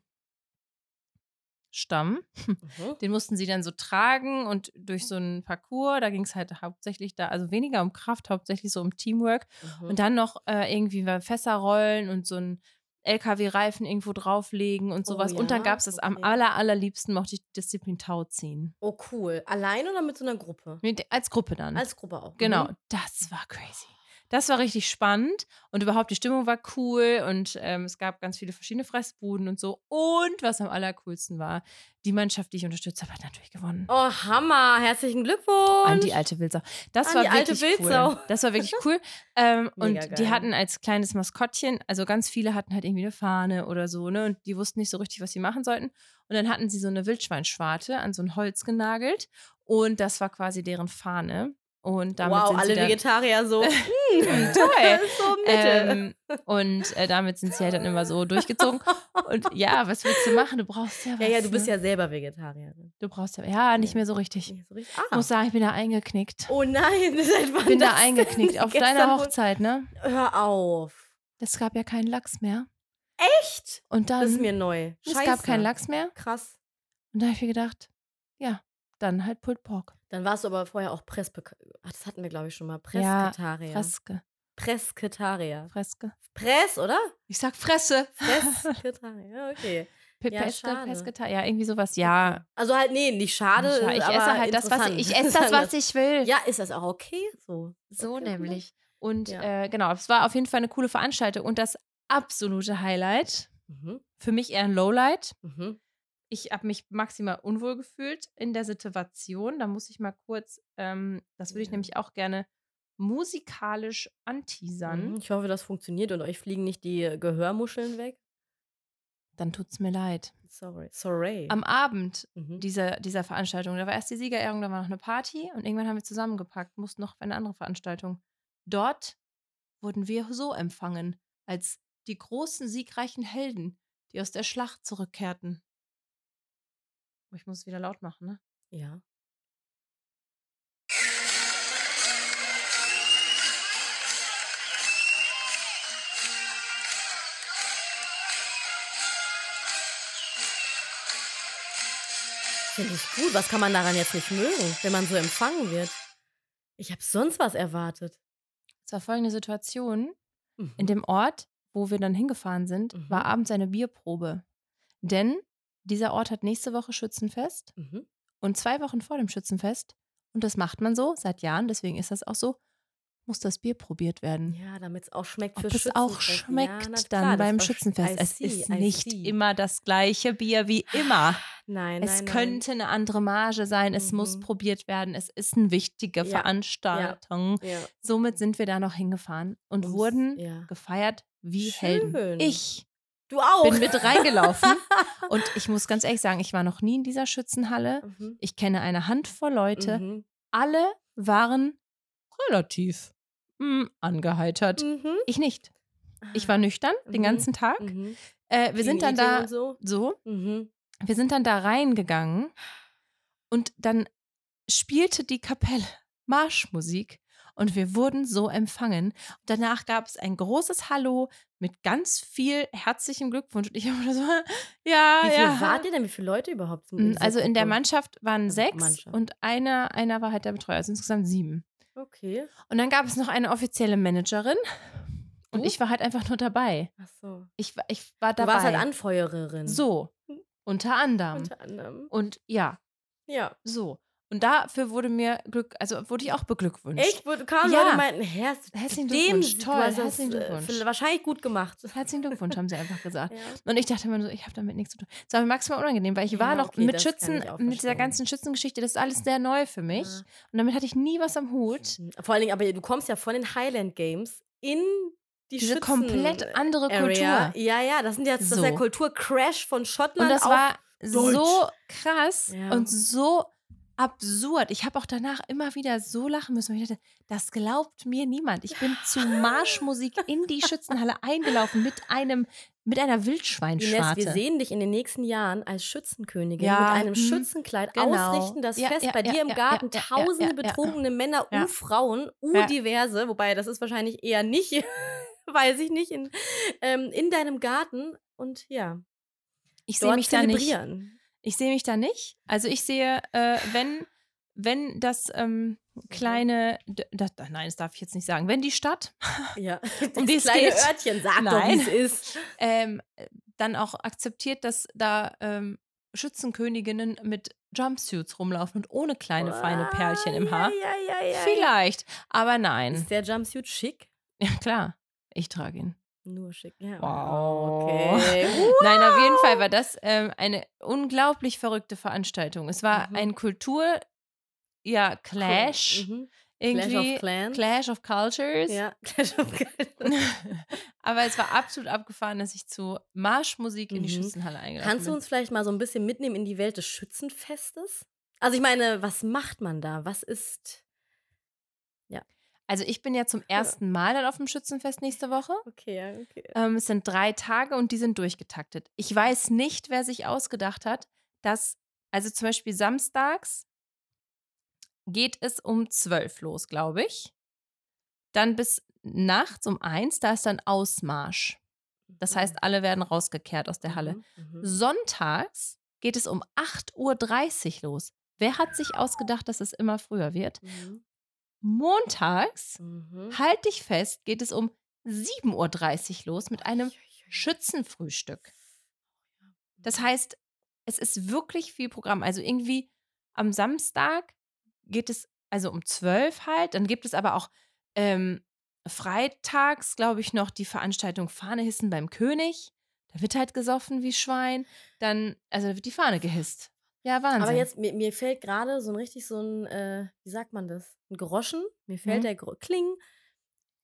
B: Stamm.
A: Mhm.
B: Den mussten sie dann so tragen und durch so einen Parcours, da ging es halt hauptsächlich da, also weniger um Kraft, hauptsächlich so um Teamwork.
A: Mhm.
B: Und dann noch äh, irgendwie war Fässer rollen und so ein LKW-Reifen irgendwo drauflegen und
A: Oh
B: sowas. Und dann
A: ja,
B: gab es das am
A: okay.
B: aller, allerliebsten, mochte ich die Disziplin Tau ziehen.
A: oh, cool. Allein oder mit so einer Gruppe?
B: Mit, als Gruppe dann.
A: Als Gruppe auch.
B: genau,
A: Mhm.
B: das war crazy. Das war richtig spannend und überhaupt die Stimmung war cool und ähm, es gab ganz viele verschiedene Fressbuden und so. Und was am allercoolsten war, die Mannschaft, die ich unterstützt habe, hat natürlich gewonnen.
A: Oh, Hammer. Herzlichen Glückwunsch.
B: An die alte Wildsau. Das
A: An
B: war
A: die alte
B: wirklich cool.
A: Wildsau.
B: Das war
A: *laughs*
B: wirklich cool. Ähm, und
A: Mega
B: die
A: geil.
B: hatten als kleines Maskottchen, also ganz viele hatten halt irgendwie eine Fahne oder so, ne? Und die wussten nicht so richtig, was sie machen sollten. Und dann hatten sie so eine Wildschweinschwarte an so ein Holz genagelt. Und das war quasi deren Fahne. Und damit
A: wow,
B: sind
A: alle
B: sie dann,
A: Vegetarier
B: *laughs*
A: so. mm,
B: Toll.
A: ist *laughs* so Mitte.
B: ähm, Und äh, damit sind sie halt dann immer so durchgezogen. Und ja, was willst du machen? Du brauchst ja was.
A: ja, ja, du bist
B: ne?
A: ja selber Vegetarierin.
B: Du brauchst ja. Ja, nicht mehr so richtig.
A: Nee, so richtig-
B: Ich
A: Ah.
B: muss sagen, ich bin da eingeknickt.
A: Oh nein, *laughs* seit wann
B: Ich bin da
A: das denn?
B: eingeknickt. Auf
A: *laughs* Gestern
B: deiner
A: wurde-
B: Hochzeit, ne?
A: Hör auf.
B: Es gab ja keinen Lachs mehr.
A: Echt?
B: Und dann,
A: Das ist mir neu.
B: Ähm, es
A: Scheiße.
B: gab keinen Lachs mehr.
A: Krass.
B: Und da habe ich mir gedacht, ja, dann halt Pulled Pork.
A: Dann warst du aber vorher auch Prespe... Ach, das hatten wir, glaube ich, schon mal.
B: Ja,
A: Presketarier.
B: Freske,
A: Presketarier.
B: Freske.
A: Press, oder?
B: *laughs* Ich sag Fresse.
A: Presketarier, ja, okay.
B: P
A: Ja,
B: Peske,
A: schade.
B: Pesketa, ja, irgendwie sowas. Ja.
A: Also halt, nee, nicht schade,
B: Ich
A: aber
B: esse halt das, was ich, ich
A: *laughs*
B: esse das, was ich will.
A: Ja, ist das auch okay so?
B: So
A: Okay, cool.
B: nämlich. Und
A: Ja.
B: äh, genau, es war auf jeden Fall eine coole Veranstaltung. Und das absolute Highlight,
A: Mhm.
B: für mich eher ein Lowlight,
A: Mhm.
B: ich habe mich maximal unwohl gefühlt in der Situation. Da muss ich mal kurz, ähm, das würde ich
A: Ja.
B: nämlich auch gerne musikalisch anteasern.
A: Mhm, Ich hoffe, das funktioniert und euch fliegen nicht die Gehörmuscheln weg.
B: Dann tut's mir leid.
A: Sorry. Sorry.
B: Am Abend
A: Mhm.
B: dieser, dieser Veranstaltung, da war erst die Siegerehrung, da war noch eine Party und irgendwann haben wir zusammengepackt, mussten noch auf eine andere Veranstaltung. Dort wurden wir so empfangen, als die großen siegreichen Helden, die aus der Schlacht zurückkehrten. Oh, Ich muss es wieder laut machen, ne?
A: Ja. Finde ich gut. Was kann man daran jetzt nicht mögen, wenn man so empfangen wird? Ich habe sonst was erwartet.
B: Es war folgende Situation.
A: Mhm.
B: In dem Ort, wo wir dann hingefahren sind,
A: Mhm.
B: war abends eine Bierprobe. Denn dieser Ort hat nächste Woche Schützenfest
A: Mhm.
B: und zwei Wochen vor dem Schützenfest, und das macht man so seit Jahren, deswegen ist das auch so, muss das Bier probiert werden.
A: Ja, damit es auch schmeckt
B: Ob
A: für
B: es auch
A: Schützenfest. Ja,
B: schmeckt
A: na
B: dann
A: klar, das
B: beim
A: verste-
B: Schützenfest.
A: I
B: es
A: see,
B: ist
A: I
B: nicht
A: see.
B: immer das gleiche Bier
A: *sighs*
B: wie immer.
A: Nein,
B: es
A: nein, nein.
B: könnte eine andere Marge sein, es muss
A: Mhm.
B: probiert werden, es ist eine wichtige
A: Ja,
B: Veranstaltung.
A: Ja.
B: Somit sind wir da noch hingefahren und
A: Ums-
B: wurden
A: Ja.
B: gefeiert wie
A: Schön. Oh.
B: Helden. Ich
A: Du auch.
B: bin
A: *laughs*
B: mit reingelaufen und ich muss ganz ehrlich sagen, ich war noch nie in dieser Schützenhalle.
A: Mhm.
B: Ich kenne eine Handvoll Leute.
A: Mhm.
B: Alle waren relativ mm, angeheitert.
A: Mhm.
B: Ich nicht. Ich war nüchtern den
A: Mhm.
B: ganzen Tag.
A: Mhm.
B: Äh, wir sind dann
A: Clean Eating
B: da
A: und So.
B: so,
A: Mhm.
B: wir sind dann da reingegangen und dann spielte die Kapelle Marschmusik und wir wurden so empfangen. Und danach gab es ein großes Hallo mit ganz viel herzlichem Glückwunsch und ich *laughs* habe so, ja,
A: Wie viel
B: Ah, ja.
A: wart ihr denn? Wie viele Leute überhaupt?
B: Mm, Also in der
A: Mannschaft.
B: Mannschaft waren
A: Also
B: sechs
A: Mannschaft.
B: und einer, einer war halt der Betreuer, also insgesamt sieben.
A: Okay.
B: Und dann gab es noch eine offizielle Managerin und
A: Du?
B: ich war halt einfach nur dabei.
A: Ach so.
B: Ich, war- ich war
A: Du
B: dabei.
A: warst halt Anfeuererin.
B: So, unter anderem.
A: Unter anderem.
B: Und ja,
A: Ja.
B: so. Und dafür wurde mir Glück, also wurde ich auch beglückwünscht.
A: Echt? Wo kaum
B: Ja.
A: Leute meinten, Herr,
B: Herzlichen
A: dem
B: Glückwunsch, toll,
A: du hast das,
B: herzlichen
A: äh,
B: Glückwunsch.
A: vielleicht- wahrscheinlich gut gemacht. *laughs*
B: Herzlichen Glückwunsch, haben sie einfach gesagt.
A: Ja.
B: Und ich dachte immer so, ich habe damit nichts zu tun. Es war mir maximal unangenehm, weil ich war
A: Ja,
B: noch
A: okay,
B: mit
A: das kann
B: Schützen,
A: ich auch
B: mit dieser
A: verstehen.
B: ganzen Schützengeschichte, das ist alles sehr neu für mich. Und damit hatte ich nie was am Hut.
A: Ja. Mhm. Vor allen Dingen, aber du kommst ja von den Highland Games in die
B: Diese
A: Schützen-
B: komplett andere
A: Area.
B: Kultur.
A: Ja, ja, das sind jetzt das ist
B: So.
A: der Kulturcrash von Schottland
B: Und das
A: auf
B: war
A: Deutsch.
B: so krass
A: Ja.
B: und so absurd. Ich habe auch danach immer wieder so lachen müssen. weil Ich dachte, das glaubt mir niemand. Ich bin
A: *laughs*
B: zu Marschmusik in die Schützenhalle eingelaufen mit einem mit einer
A: Ines, wir
B: Wildschweinschwarte.
A: sehen dich in den nächsten Jahren als Schützenkönigin
B: Ja,
A: mit einem
B: mhm.
A: Schützenkleid
B: Genau.
A: ausrichten, das
B: Ja,
A: Fest
B: ja,
A: bei
B: ja,
A: dir im
B: ja,
A: Garten.
B: ja, ja, ja,
A: Tausende
B: ja, ja.
A: betrunkene Männer,
B: Ja.
A: U-Frauen,
B: Ja.
A: U-Diverse, wobei das ist wahrscheinlich eher nicht, *laughs* weiß ich nicht, in, ähm, in deinem Garten. Und ja,
B: Ich sehe
A: dort
B: mich da nicht.
A: zelebrieren.
B: Ich sehe mich da nicht. Also ich sehe, äh, wenn wenn das
A: Mhm.
B: ähm, kleine, d- das, nein, das darf ich jetzt nicht sagen. Wenn die Stadt
A: *laughs*
B: *laughs*
A: Ja.
B: Um
A: Das
B: die es
A: kleine
B: geht.
A: Örtchen, sag doch,
B: Nein.
A: wie es ist.
B: ähm, dann auch akzeptiert, dass da ähm, Schützenköniginnen mit Jumpsuits rumlaufen und ohne kleine feine Perlchen im Haar.
A: Ah, Ja, ja, ja, ja,
B: Vielleicht, aber
A: Ja.
B: nein.
A: Ist der Jumpsuit schick?
B: Ja, klar, ich trage ihn.
A: Nur schick, ja.
B: Wow. *laughs*
A: Okay.
B: Nein, auf jeden Fall war das ähm, eine unglaublich verrückte Veranstaltung. Es war
A: Mhm.
B: ein Kultur, ja, Clash.
A: Mhm. Clash
B: Irgendwie
A: of Clans.
B: Clash of Cultures.
A: Ja, *laughs* Clash of Clans.
B: *laughs* aber es war absolut abgefahren, dass ich zu Marschmusik in die
A: Mhm.
B: Schützenhalle eingeladen
A: Kannst du uns vielleicht mal so ein bisschen mitnehmen in die Welt des Schützenfestes? Also ich meine, was macht man da? Was ist
B: Also ich bin ja zum ersten Mal dann auf dem Schützenfest nächste Woche.
A: okay, ja, okay.
B: Ähm, es sind drei Tage und die sind durchgetaktet. Ich weiß nicht, wer sich ausgedacht hat, dass, also zum Beispiel samstags geht es um zwölf los, glaube ich. Dann bis nachts um eins, da ist dann Ausmarsch. Das heißt, alle werden rausgekehrt aus der Halle.
A: Mhm.
B: Sonntags geht es um 8.30 Uhr los. Wer hat sich ausgedacht, dass es immer früher wird?
A: Mhm.
B: Montags,
A: Mhm.
B: halt dich fest, geht es um 7.30 Uhr los mit einem
A: Schützen.
B: Schützenfrühstück.
A: mhm.
B: Das heißt, es ist wirklich viel Programm. Also irgendwie am Samstag geht es also um zwölf halt. Dann gibt es aber auch ähm, freitags, glaube ich, noch die Veranstaltung Fahne hissen beim König. Da wird halt gesoffen wie Schwein. Dann, also da wird die Fahne gehisst. Ja, Wahnsinn.
A: Aber jetzt, mir, mir fällt gerade so ein richtig so ein, äh, wie sagt man das? Ein Groschen. Mir fällt
B: Mhm.
A: der Gro Kling.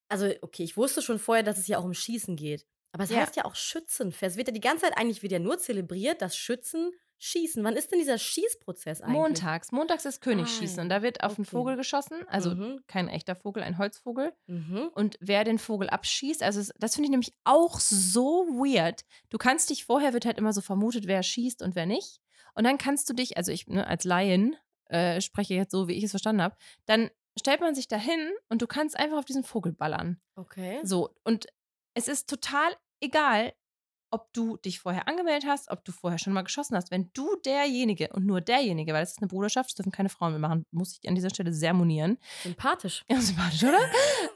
A: Also, okay, ich wusste schon vorher, dass es ja auch um Schießen geht. Aber es
B: Ja.
A: heißt ja auch Schützenfest. Wird ja die ganze Zeit eigentlich wieder nur zelebriert, das Schützen, Schießen. Wann ist denn dieser Schießprozess eigentlich?
B: Montags. Montags ist Königsschießen.
A: Ah,
B: und da wird auf einen
A: okay.
B: Vogel geschossen. Also
A: Mhm,
B: kein echter Vogel, ein Holzvogel.
A: mhm.
B: Und wer den Vogel abschießt, also es- das finde ich nämlich auch so weird. Du kannst dich vorher, wird halt immer so vermutet, wer schießt und wer nicht. Und dann kannst du dich, also ich ne, als Laien äh, spreche jetzt so, wie ich es verstanden habe, dann stellt man sich dahin und du kannst einfach auf diesen Vogel ballern.
A: Okay.
B: So, und es ist total egal, ob du dich vorher angemeldet hast, ob du vorher schon mal geschossen hast. Wenn du derjenige und nur derjenige, weil es ist eine Bruderschaft, es dürfen keine Frauen mehr machen, muss ich an dieser Stelle sehr monieren.
A: Sympathisch.
B: *laughs* Ja, sympathisch, oder?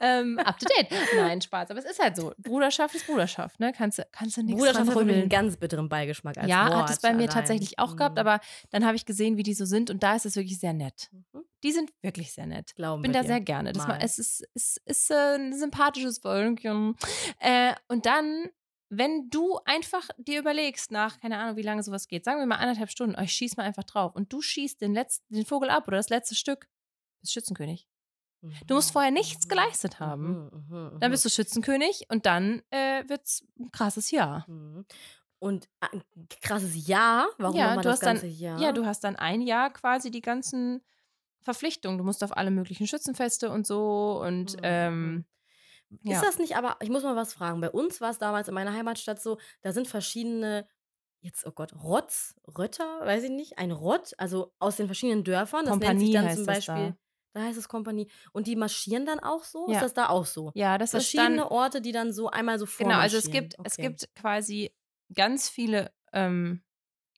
B: ähm, up to date. Nein, Spaß, aber es ist halt so. Bruderschaft ist Bruderschaft, ne? Kannst du kannst du nichts
A: Bruderschaft
B: dran
A: hat einen
B: rütteln.
A: ganz bitteren Beigeschmack als
B: Ja,
A: Wort
B: hat es bei mir
A: allein.
B: tatsächlich auch gehabt,
A: Mhm.
B: aber dann habe ich gesehen, wie die so sind und da ist es wirklich sehr nett.
A: Mhm.
B: Die sind wirklich sehr nett.
A: Glauben
B: Ich bin da
A: wir dir.
B: sehr gerne. Das
A: Mal.
B: ma- es ist, es ist äh, ein sympathisches Völkchen. Äh, und dann, wenn du einfach dir überlegst, nach, keine Ahnung, wie lange sowas geht, sagen wir mal anderthalb Stunden, oh, ich schieß mal einfach drauf und du schießt den, letzten, den Vogel ab oder das letzte Stück, bist Schützenkönig. Du
A: Mhm.
B: musst vorher nichts geleistet haben. Dann bist du Schützenkönig und dann äh, wird's ein krasses Jahr.
A: Mhm. Und ah, ein krasses Ja, warum
B: Ja,
A: nochmal
B: du
A: das
B: hast dann-
A: ganze Jahr?
B: Ja, du hast dann ein Jahr quasi die ganzen Verpflichtungen. Du musst auf alle möglichen Schützenfeste und so und
A: Mhm.
B: ähm, ja.
A: Ist das nicht aber, ich muss mal was fragen, bei uns war es damals in meiner Heimatstadt so, da sind verschiedene, jetzt, oh Gott, Rotz, Rötter, weiß ich nicht, ein Rott, also aus den verschiedenen Dörfern, das nennt sich
B: Kompanie
A: dann
B: heißt
A: zum
B: das da.
A: Beispiel, da. heißt es Kompanie, und die marschieren dann auch so,
B: Ja.
A: ist das da auch so?
B: ja, das ist dann
A: Verschiedene Orte, die dann so einmal so
B: Genau,
A: vormarschieren.
B: also es gibt, es
A: Okay.
B: gibt quasi ganz viele ähm,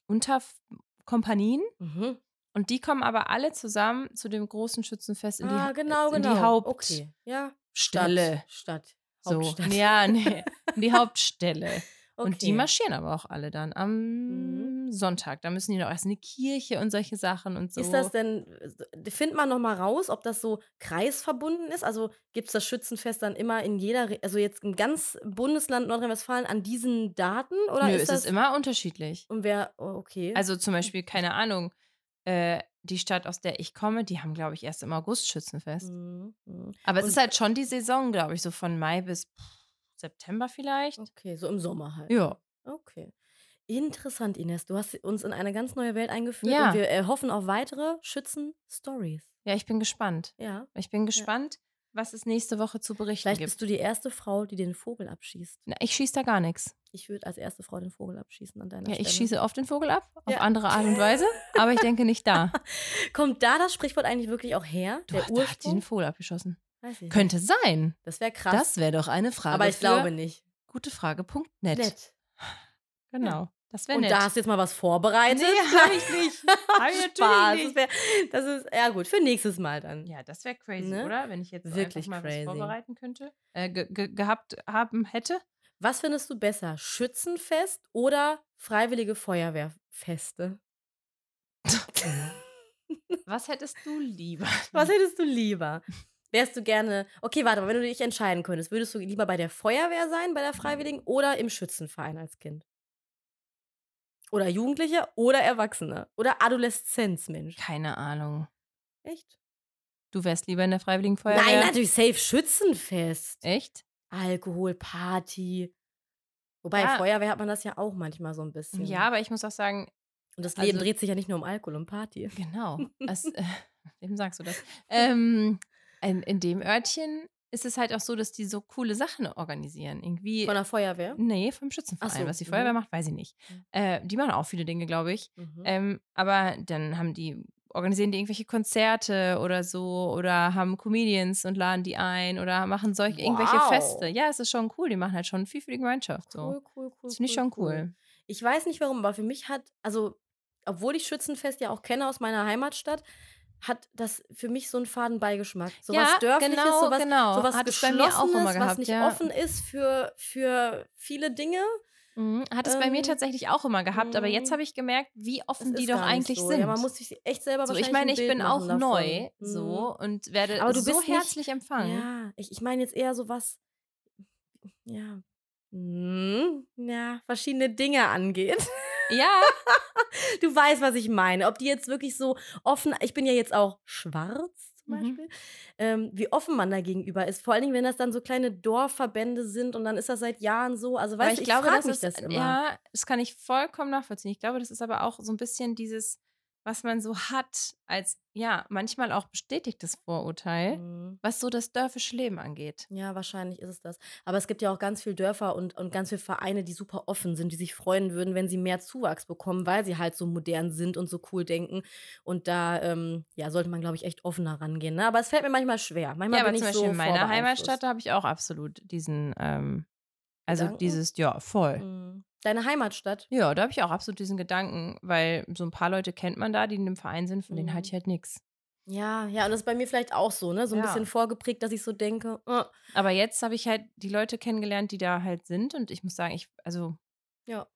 B: Unterkompanien
A: Mhm.
B: und die kommen aber alle zusammen zu dem großen Schützenfest in die,
A: Ah,
B: Ha-
A: genau,
B: in
A: genau.
B: die Hauptstelle.
A: okay. ja. Stadt.
B: So.
A: Hauptstadt.
B: Ja,
A: *laughs*
B: nee. In die Hauptstelle.
A: Okay. Mhm.
B: Und die marschieren aber auch alle dann am Sonntag. Da müssen die noch erst in die Kirche und solche Sachen und so.
A: Ist das denn, äh, findet man nochmal raus, ob das so kreisverbunden ist? Also gibt es das Schützenfest dann immer in jeder, Re- also jetzt im ganz Bundesland Nordrhein-Westfalen an diesen Daten? Oder
B: Nö,
A: ist
B: es
A: das
B: ist immer unterschiedlich.
A: Und wer, oh, okay.
B: Also zum Beispiel, keine Ahnung, äh, die Stadt, aus der ich komme, die haben, glaube ich, erst im August Schützenfest.
A: Mhm, mhm.
B: Aber es ist
A: Und-
B: halt schon die Saison, glaube ich, so von Mai bis pff, September vielleicht.
A: Okay, so im Sommer halt.
B: Ja.
A: Okay. Interessant, Ines. Du hast uns in eine ganz neue Welt eingeführt
B: Ja.
A: und wir äh, hoffen auf weitere Schützen-Stories.
B: Ja, ich bin gespannt.
A: Ja.
B: Ich bin gespannt, was es nächste Woche zu berichten
A: Vielleicht
B: gibt.
A: bist du die erste Frau, die den Vogel abschießt.
B: Na, ich schieße da gar nichts.
A: Ich würde als erste Frau den Vogel abschießen an deiner
B: Ja,
A: Stelle.
B: ich schieße oft den Vogel ab, auf
A: Ja.
B: andere Art und Weise, aber ich denke nicht da.
A: Kommt da das Sprichwort eigentlich wirklich auch her?
B: Du,
A: *laughs* der
B: da hat die
A: Ursprung?
B: den Vogel abgeschossen.
A: Weiß ich
B: Könnte sein.
A: nicht. Das wäre krass.
B: Das wäre doch eine Frage.
A: aber ich
B: für
A: glaube nicht.
B: gutefrage.net.
A: Nett.
B: Genau. Das wäre
A: Und
B: nett.
A: da hast du jetzt mal was vorbereitet?
B: Nee, hab ich
A: *laughs*
B: nicht. Hab ich natürlich
A: Spaß.
B: nicht.
A: Das, wär, das ist ja gut für nächstes Mal dann.
B: Ja, das wäre crazy,
A: Ne?
B: oder? Wenn ich jetzt so
A: Wirklich
B: einfach mal
A: crazy.
B: was vorbereiten könnte, äh, ge ge gehabt haben
A: *laughs*
B: hätte.
A: Was findest du besser, Schützenfest oder freiwillige Feuerwehrfeste?
B: Was hättest du lieber?
A: Was hättest du lieber? Wärst du gerne, okay, warte mal, wenn du dich entscheiden könntest, würdest du lieber bei der Feuerwehr sein, bei der Freiwilligen oder im Schützenverein als Kind? Oder Jugendliche oder Erwachsene oder Adoleszenzmensch?
B: Keine Ahnung.
A: Echt?
B: Du wärst lieber in der Freiwilligen Feuerwehr?
A: Nein, natürlich safe Schützenfest.
B: Echt?
A: Alkohol, Party. Wobei,
B: Ja.
A: Feuerwehr hat man das ja auch manchmal so ein bisschen.
B: Ja, aber ich muss auch sagen,
A: Und das Leben
B: also-
A: dreht sich ja nicht nur um Alkohol und Party.
B: genau. Das,
A: *laughs*
B: äh, *laughs* wem sagst du das? Ähm, in, in dem Örtchen ist es halt auch so, dass die so coole Sachen organisieren. Irgendwie.
A: Von der Feuerwehr.
B: nee, vom Schützenverein.
A: Ach so,
B: Was die
A: mhm.
B: Feuerwehr macht, weiß ich nicht.
A: Mhm.
B: Äh, die machen auch viele Dinge, glaube ich.
A: Mhm.
B: Ähm, aber dann haben die, organisieren die irgendwelche Konzerte oder so oder haben Comedians und laden die ein oder machen solch irgendwelche
A: Wow.
B: Feste. Ja, es ist schon cool. Die machen halt schon viel für die Gemeinschaft. So.
A: Cool, cool, cool.
B: Das finde ich schon cool.
A: Ich weiß nicht warum, aber für mich hat, also, obwohl ich Schützenfest ja auch kenne aus meiner Heimatstadt, hat das für mich so einen faden Beigeschmack. So
B: ja,
A: was Dörfliches,
B: genau,
A: sowas,
B: genau.
A: sowas
B: Hat es bei mir
A: Geschlossenes,
B: auch immer gehabt.
A: was nicht
B: ja.
A: offen ist für, für viele Dinge.
B: Mhm. Hat es bei mir
A: Ähm,
B: tatsächlich auch immer gehabt, aber jetzt
A: mm.
B: habe ich gemerkt, wie
A: Das
B: offen die
A: ist
B: doch
A: gar nicht
B: eigentlich
A: so.
B: sind.
A: Ja, man muss sich echt selber
B: so,
A: wahrscheinlich
B: ich meine,
A: ein
B: ich
A: Bild
B: bin auch
A: machen davon.
B: neu
A: Mhm.
B: so und werde
A: Aber du
B: so
A: bist nicht-
B: herzlich empfangen.
A: Ja, ich, ich meine jetzt eher so was, ja, hm, ja, verschiedene Dinge angeht. *laughs*
B: Ja.
A: Du weißt, was ich meine. Ob die jetzt wirklich so offen, ich bin ja jetzt auch schwarz zum
B: Mhm.
A: Beispiel, ähm, wie offen man da gegenüber ist. Vor allen Dingen, wenn das dann so kleine Dorfverbände sind und dann ist das seit Jahren so. Also
B: Weil
A: weißt du, ich, frage mich das immer.
B: äh, Ja, das kann ich vollkommen nachvollziehen. Ich glaube, das ist aber auch so ein bisschen dieses, was man so hat, als ja, manchmal auch bestätigtes Vorurteil,
A: Mhm.
B: was so das dörfische Leben angeht.
A: Ja, wahrscheinlich ist es das. Aber es gibt ja auch ganz viele Dörfer und, und ganz viele Vereine, die super offen sind, die sich freuen würden, wenn sie mehr Zuwachs bekommen, weil sie halt so modern sind und so cool denken. Und da ähm, ja, sollte man, glaube ich, echt offener rangehen. Ne? Aber es fällt mir manchmal schwer. Manchmal
B: ja, aber
A: bin
B: zum
A: ich
B: Beispiel
A: so
B: in meiner
A: vorbeeinflusst.
B: Heimatstadt, da habe ich auch absolut diesen, ähm, also
A: Gedanken?
B: dieses, ja, voll.
A: Mhm. Deine Heimatstadt?
B: Ja, da habe ich auch absolut diesen Gedanken, weil so ein paar Leute kennt man da, die in dem Verein sind, von denen
A: Mhm.
B: halte ich halt nichts.
A: Ja, ja, und das ist bei mir vielleicht auch so, ne? So ein
B: Ja.
A: bisschen vorgeprägt, dass ich so denke, äh,
B: Aber jetzt habe ich halt die Leute kennengelernt, die da halt sind und ich muss sagen, ich, also.
A: Ja.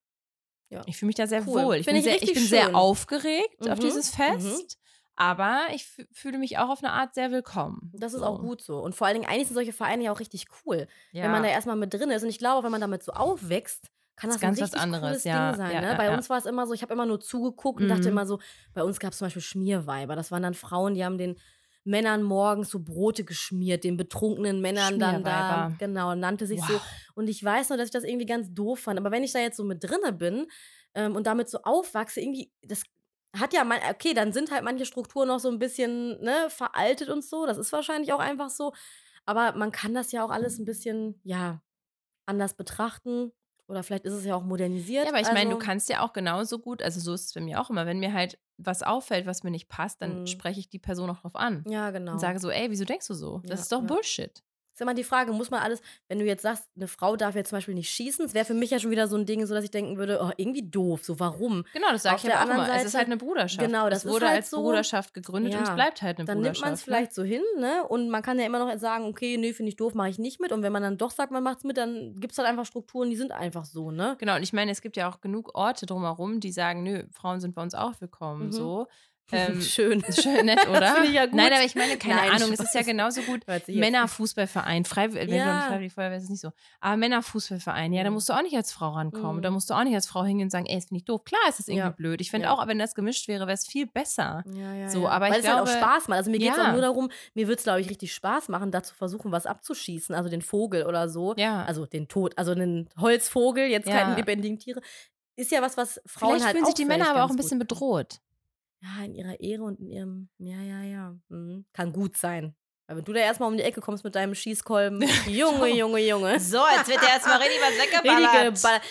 A: Ja.
B: Ich fühle mich da sehr
A: Cool.
B: wohl. Ich bin,
A: Finde ich
B: sehr,
A: richtig
B: ich bin
A: schön.
B: sehr aufgeregt auf
A: Mhm,
B: dieses
A: mhm.
B: Fest, aber ich fü- fühle mich auch auf eine Art sehr willkommen.
A: das ist
B: So.
A: auch gut so. Und vor allen Dingen, eigentlich sind solche Vereine ja auch richtig cool,
B: Ja.
A: wenn man da erstmal mit drin ist. Und ich glaube, wenn man damit so aufwächst, kann
B: Ist
A: das ganz
B: ganz was
A: ein richtig
B: anderes,
A: cooles
B: ja,
A: Ding sein.
B: ja,
A: ne?
B: ja,
A: bei
B: ja.
A: uns war es immer so, ich habe immer nur zugeguckt und dachte
B: Mhm.
A: immer so, bei uns gab es zum Beispiel Schmierweiber. Das waren dann Frauen, die haben den Männern morgens so Brote geschmiert, den betrunkenen Männern dann da.
B: Schmierweiber.
A: Genau, nannte sich so.
B: Wow.
A: Und ich weiß nur, dass ich das irgendwie ganz doof fand. Aber wenn ich da jetzt so mit drinne bin ähm, und damit so aufwachse, irgendwie, das hat ja man, okay, dann sind halt manche Strukturen noch so ein bisschen ne, veraltet und so. Das ist wahrscheinlich auch einfach so. Aber man kann das ja auch alles ein bisschen, ja, anders betrachten. Oder vielleicht ist es ja auch modernisiert.
B: Ja, aber ich meine, du
A: Also,
B: kannst ja auch genauso gut, also so ist es bei mir auch immer, wenn mir halt was auffällt, was mir nicht passt, dann
A: Mhm.
B: spreche ich die Person auch drauf an
A: Ja, genau.
B: und sage so, ey, wieso denkst du so?
A: Ja,
B: Das ist doch
A: ja.
B: Bullshit.
A: ist immer die Frage, muss man alles, wenn du jetzt sagst, eine Frau darf jetzt zum Beispiel nicht schießen, es wäre für mich ja schon wieder so ein Ding, so dass ich denken würde, oh, irgendwie doof, so warum?
B: Genau, das sage
A: Auf
B: ich aber
A: der
B: auch immer.
A: anderen
B: es ist
A: Seite-
B: halt eine Bruderschaft.
A: Genau, das
B: es
A: ist
B: wurde
A: halt
B: als
A: so.
B: Bruderschaft gegründet und
A: Ja.
B: es bleibt halt eine
A: Dann nimmt
B: Bruderschaft.
A: man es
B: ne?
A: vielleicht so hin, ne? Und man kann ja immer noch sagen, okay, nee, finde ich doof, mache ich nicht mit. Und wenn man dann doch sagt, man macht's mit, dann gibt es halt einfach Strukturen, die sind einfach so, ne? *laughs*
B: Genau, und ich meine, es gibt ja auch genug Orte drumherum, die sagen, nö, Frauen sind bei uns auch willkommen.
A: Mhm. *laughs*
B: So. Ähm, *laughs*
A: Schön.
B: ist schön nett, oder?
A: finde ich ja gut.
B: Nein, aber ich meine, keine
A: Nein,
B: Ahnung, es ist ja
A: Spaß.
B: genauso gut.
A: Hört sich *laughs* jetzt-
B: Männerfußballverein, Freiwill- äh, wenn
A: Ja.
B: du nicht Freiwillig Feuerwehr ist es nicht so. Aber Männerfußballverein, ja, da
A: Mhm.
B: musst du auch nicht als Frau rankommen.
A: Mhm.
B: Da musst du auch nicht als Frau hingehen und sagen, ey, das finde ich doof. Klar, es ist irgendwie
A: Ja.
B: blöd. Ich fände
A: Ja.
B: auch, wenn das gemischt wäre, wäre es viel besser.
A: Ja, ja,
B: So,
A: ja.
B: aber ich
A: Weil es halt auch
B: glaube-
A: Spaß macht. Also mir geht es auch
B: Ja.
A: nur darum, mir würde es, glaube ich, richtig Spaß machen, da zu versuchen, was abzuschießen. Also den Vogel oder so.
B: Ja.
A: Also den Tod, also einen Holzvogel, jetzt
B: Ja.
A: keine lebendigen Tiere. Ist ja was, was Frauen
B: Vielleicht
A: halt
B: fühlen
A: auch
B: sich die Männer
A: vielleicht
B: aber auch
A: ganz
B: ein bisschen
A: gut. *laughs*
B: bedroht.
A: Ja, in ihrer Ehre und in ihrem. Ja, ja, ja. Mhm. Kann gut sein. Aber wenn du da erstmal um die Ecke kommst mit deinem
B: *laughs*
A: Schießkolben,
B: Genau.
A: Junge, Junge, Junge.
B: So, jetzt wird der erstmal richtig *laughs* was
A: Richtige Ball.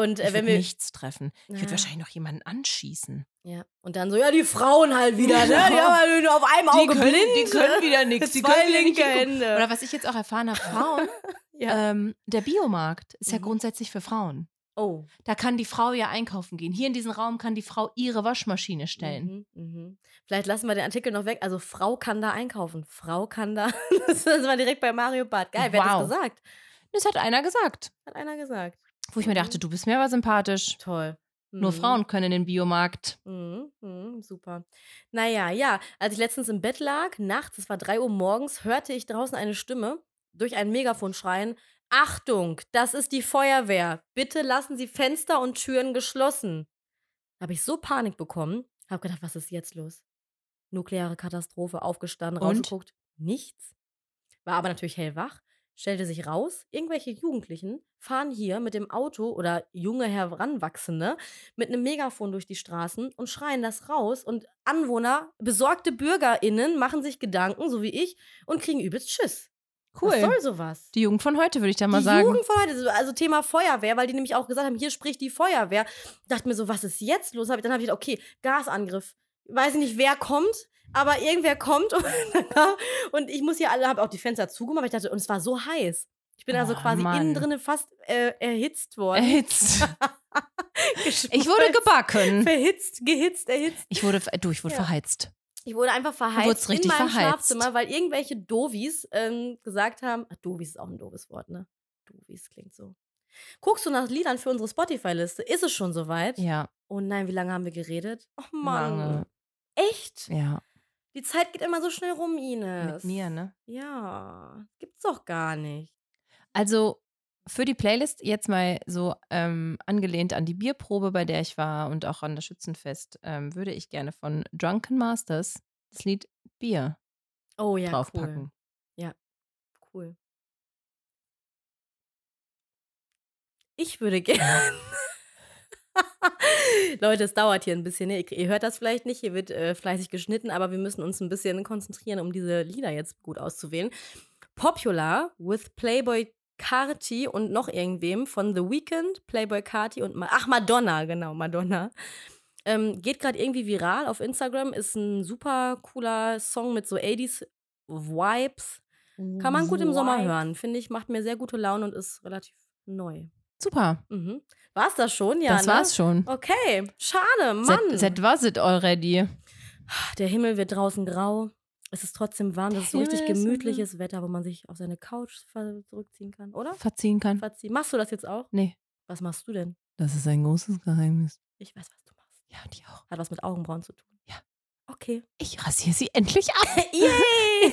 A: Und äh,
B: Ich
A: wenn
B: würde
A: wir.
B: nichts treffen. Ich
A: Ja.
B: würde wahrscheinlich noch jemanden anschießen.
A: Ja. Und dann so, ja, die Frauen halt wieder, ne? Die
B: Ja.
A: haben halt nur auf einem Auge blind.
B: Genau. die können
A: *laughs*
B: wieder nichts. Die
A: Zwei
B: können wieder nicht
A: linke
B: hingucken.
A: Hände.
B: Oder was ich jetzt auch erfahren habe, Frauen,
A: *laughs* Ja.
B: ähm, der Biomarkt ist ja
A: Mhm.
B: grundsätzlich für Frauen.
A: oh.
B: Da kann die Frau ja einkaufen gehen. Hier in diesem Raum kann die Frau ihre Waschmaschine stellen.
A: Mhm, mhm. Vielleicht lassen wir den Artikel noch weg. Also Frau kann da einkaufen. Frau kann da. *laughs* Das sind wir direkt bei Mario Bart. Geil, wer hat
B: Wow.
A: das gesagt?
B: Das hat einer gesagt.
A: Hat einer gesagt.
B: Wo ich mir dachte, du bist mir aber sympathisch.
A: Toll.
B: Nur
A: Mhm.
B: Frauen können in den Biomarkt.
A: Mhm, mhm, super. Naja, ja, als ich letztens im Bett lag, nachts, es war 3 Uhr morgens, hörte ich draußen eine Stimme durch ein Megafon schreien: Achtung, das ist die Feuerwehr. Bitte lassen Sie Fenster und Türen geschlossen. Da habe ich so Panik bekommen, habe gedacht, was ist jetzt los? Nukleare Katastrophe, aufgestanden,
B: Und?
A: rausgeguckt, nichts. War aber natürlich hellwach, stellte sich raus, irgendwelche Jugendlichen fahren hier mit dem Auto oder junge Heranwachsende mit einem Megafon durch die Straßen und schreien das raus. Und Anwohner, besorgte BürgerInnen machen sich Gedanken, so wie ich, und kriegen übelst Schiss. Was soll sowas?
B: Die Jugend von heute, würde ich da mal
A: die
B: sagen.
A: Jugend von heute, so- also Thema Feuerwehr, weil die nämlich auch gesagt haben, hier spricht die Feuerwehr. Dachte mir so, was ist jetzt los? Hab ich- Dann habe ich gedacht, okay, Gasangriff. Weiß ich nicht, wer kommt, aber irgendwer kommt *laughs* und, und ich muss hier alle, habe auch die Fenster zugemacht, weil ich dachte, und es war so heiß. Ich bin also
B: Ah,
A: quasi
B: Mann.
A: innen drinne fast äh,
B: *laughs*
A: erhitzt worden.
B: Erhitzt. Äh, Ich
A: *laughs*
B: wurde gebacken.
A: verhitzt, gehitzt, erhitzt.
B: Ich wurde, ver- du, ich wurde
A: Ja.
B: verheizt.
A: Ich wurde einfach
B: wurdest
A: verheizt in
B: richtig
A: meinem
B: verheizt.
A: Schlafzimmer, weil irgendwelche Dovis ähm, gesagt haben, ach, Dovis ist auch ein doofes Wort, ne? Dovis klingt so. Guckst du nach Liedern für unsere Spotify-Liste? Ist es schon soweit?
B: Ja,
A: Oh nein, wie lange haben wir geredet? Oh Mann.
B: lange.
A: Echt?
B: Ja.
A: Die Zeit geht immer so schnell rum, Ines.
B: Mit mir, ne?
A: Ja, gibt's doch gar nicht.
B: Also, für die Playlist jetzt mal so ähm, angelehnt an die Bierprobe, bei der ich war und auch an das Schützenfest, ähm, würde ich gerne von Drunken Masters das Lied Bier
A: Oh ja,
B: draufpacken.
A: cool. cool. Ich würde *laughs* gerne. Leute, es dauert hier ein bisschen. ne? Ihr, ihr hört das vielleicht nicht, hier wird äh, fleißig geschnitten, aber wir müssen uns ein bisschen konzentrieren, um diese Lieder jetzt gut auszuwählen. Popular with Playboy Carti und noch irgendwem von The Weeknd, Playboy Carti und Ma ach Madonna, genau, Madonna. Ähm, geht gerade irgendwie viral auf Instagram, ist ein super cooler Song mit so 80s Vibes. Kann man gut im Sommer hören, finde ich, macht mir sehr gute Laune und ist relativ neu.
B: Super,
A: Mhm. War's das schon? Ja,
B: das
A: ne?
B: war's schon.
A: Okay, schade, Mann.
B: That, that was it already.
A: Der Himmel wird draußen grau. Es ist trotzdem warm. Das ist so
B: Der
A: richtig
B: Himmel ist so
A: gemütliches Wetter, wo man sich auf seine Couch ver- zurückziehen kann, oder?
B: Verziehen kann.
A: Fazit. Machst du das jetzt auch?
B: Nee,
A: Was machst du denn?
B: das ist ein großes Geheimnis.
A: Ich weiß, was du machst.
B: Ja, die auch.
A: Hat was mit Augenbrauen zu tun.
B: Ja. *laughs*
A: Okay.
B: Ich rasiere sie endlich
A: *laughs*
B: ab.
A: Yay!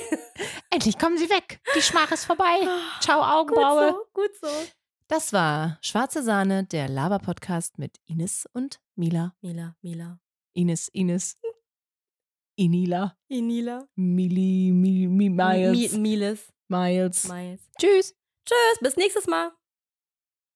B: Endlich kommen sie weg. Die Schmach ist vorbei. Ciao,
A: Ah, gut
B: Augenbraue.
A: so, gut so.
B: Das war Schwarze Sahne, der Laber-Podcast mit Ines und Mila.
A: Mila, Mila.
B: Ines, Ines. Inila.
A: Inila.
B: Mili, Mili, Mi-
A: Mi
B: Miles.
A: Miles.
B: Miles.
A: Miles.
B: Tschüss.
A: Tschüss, bis nächstes Mal.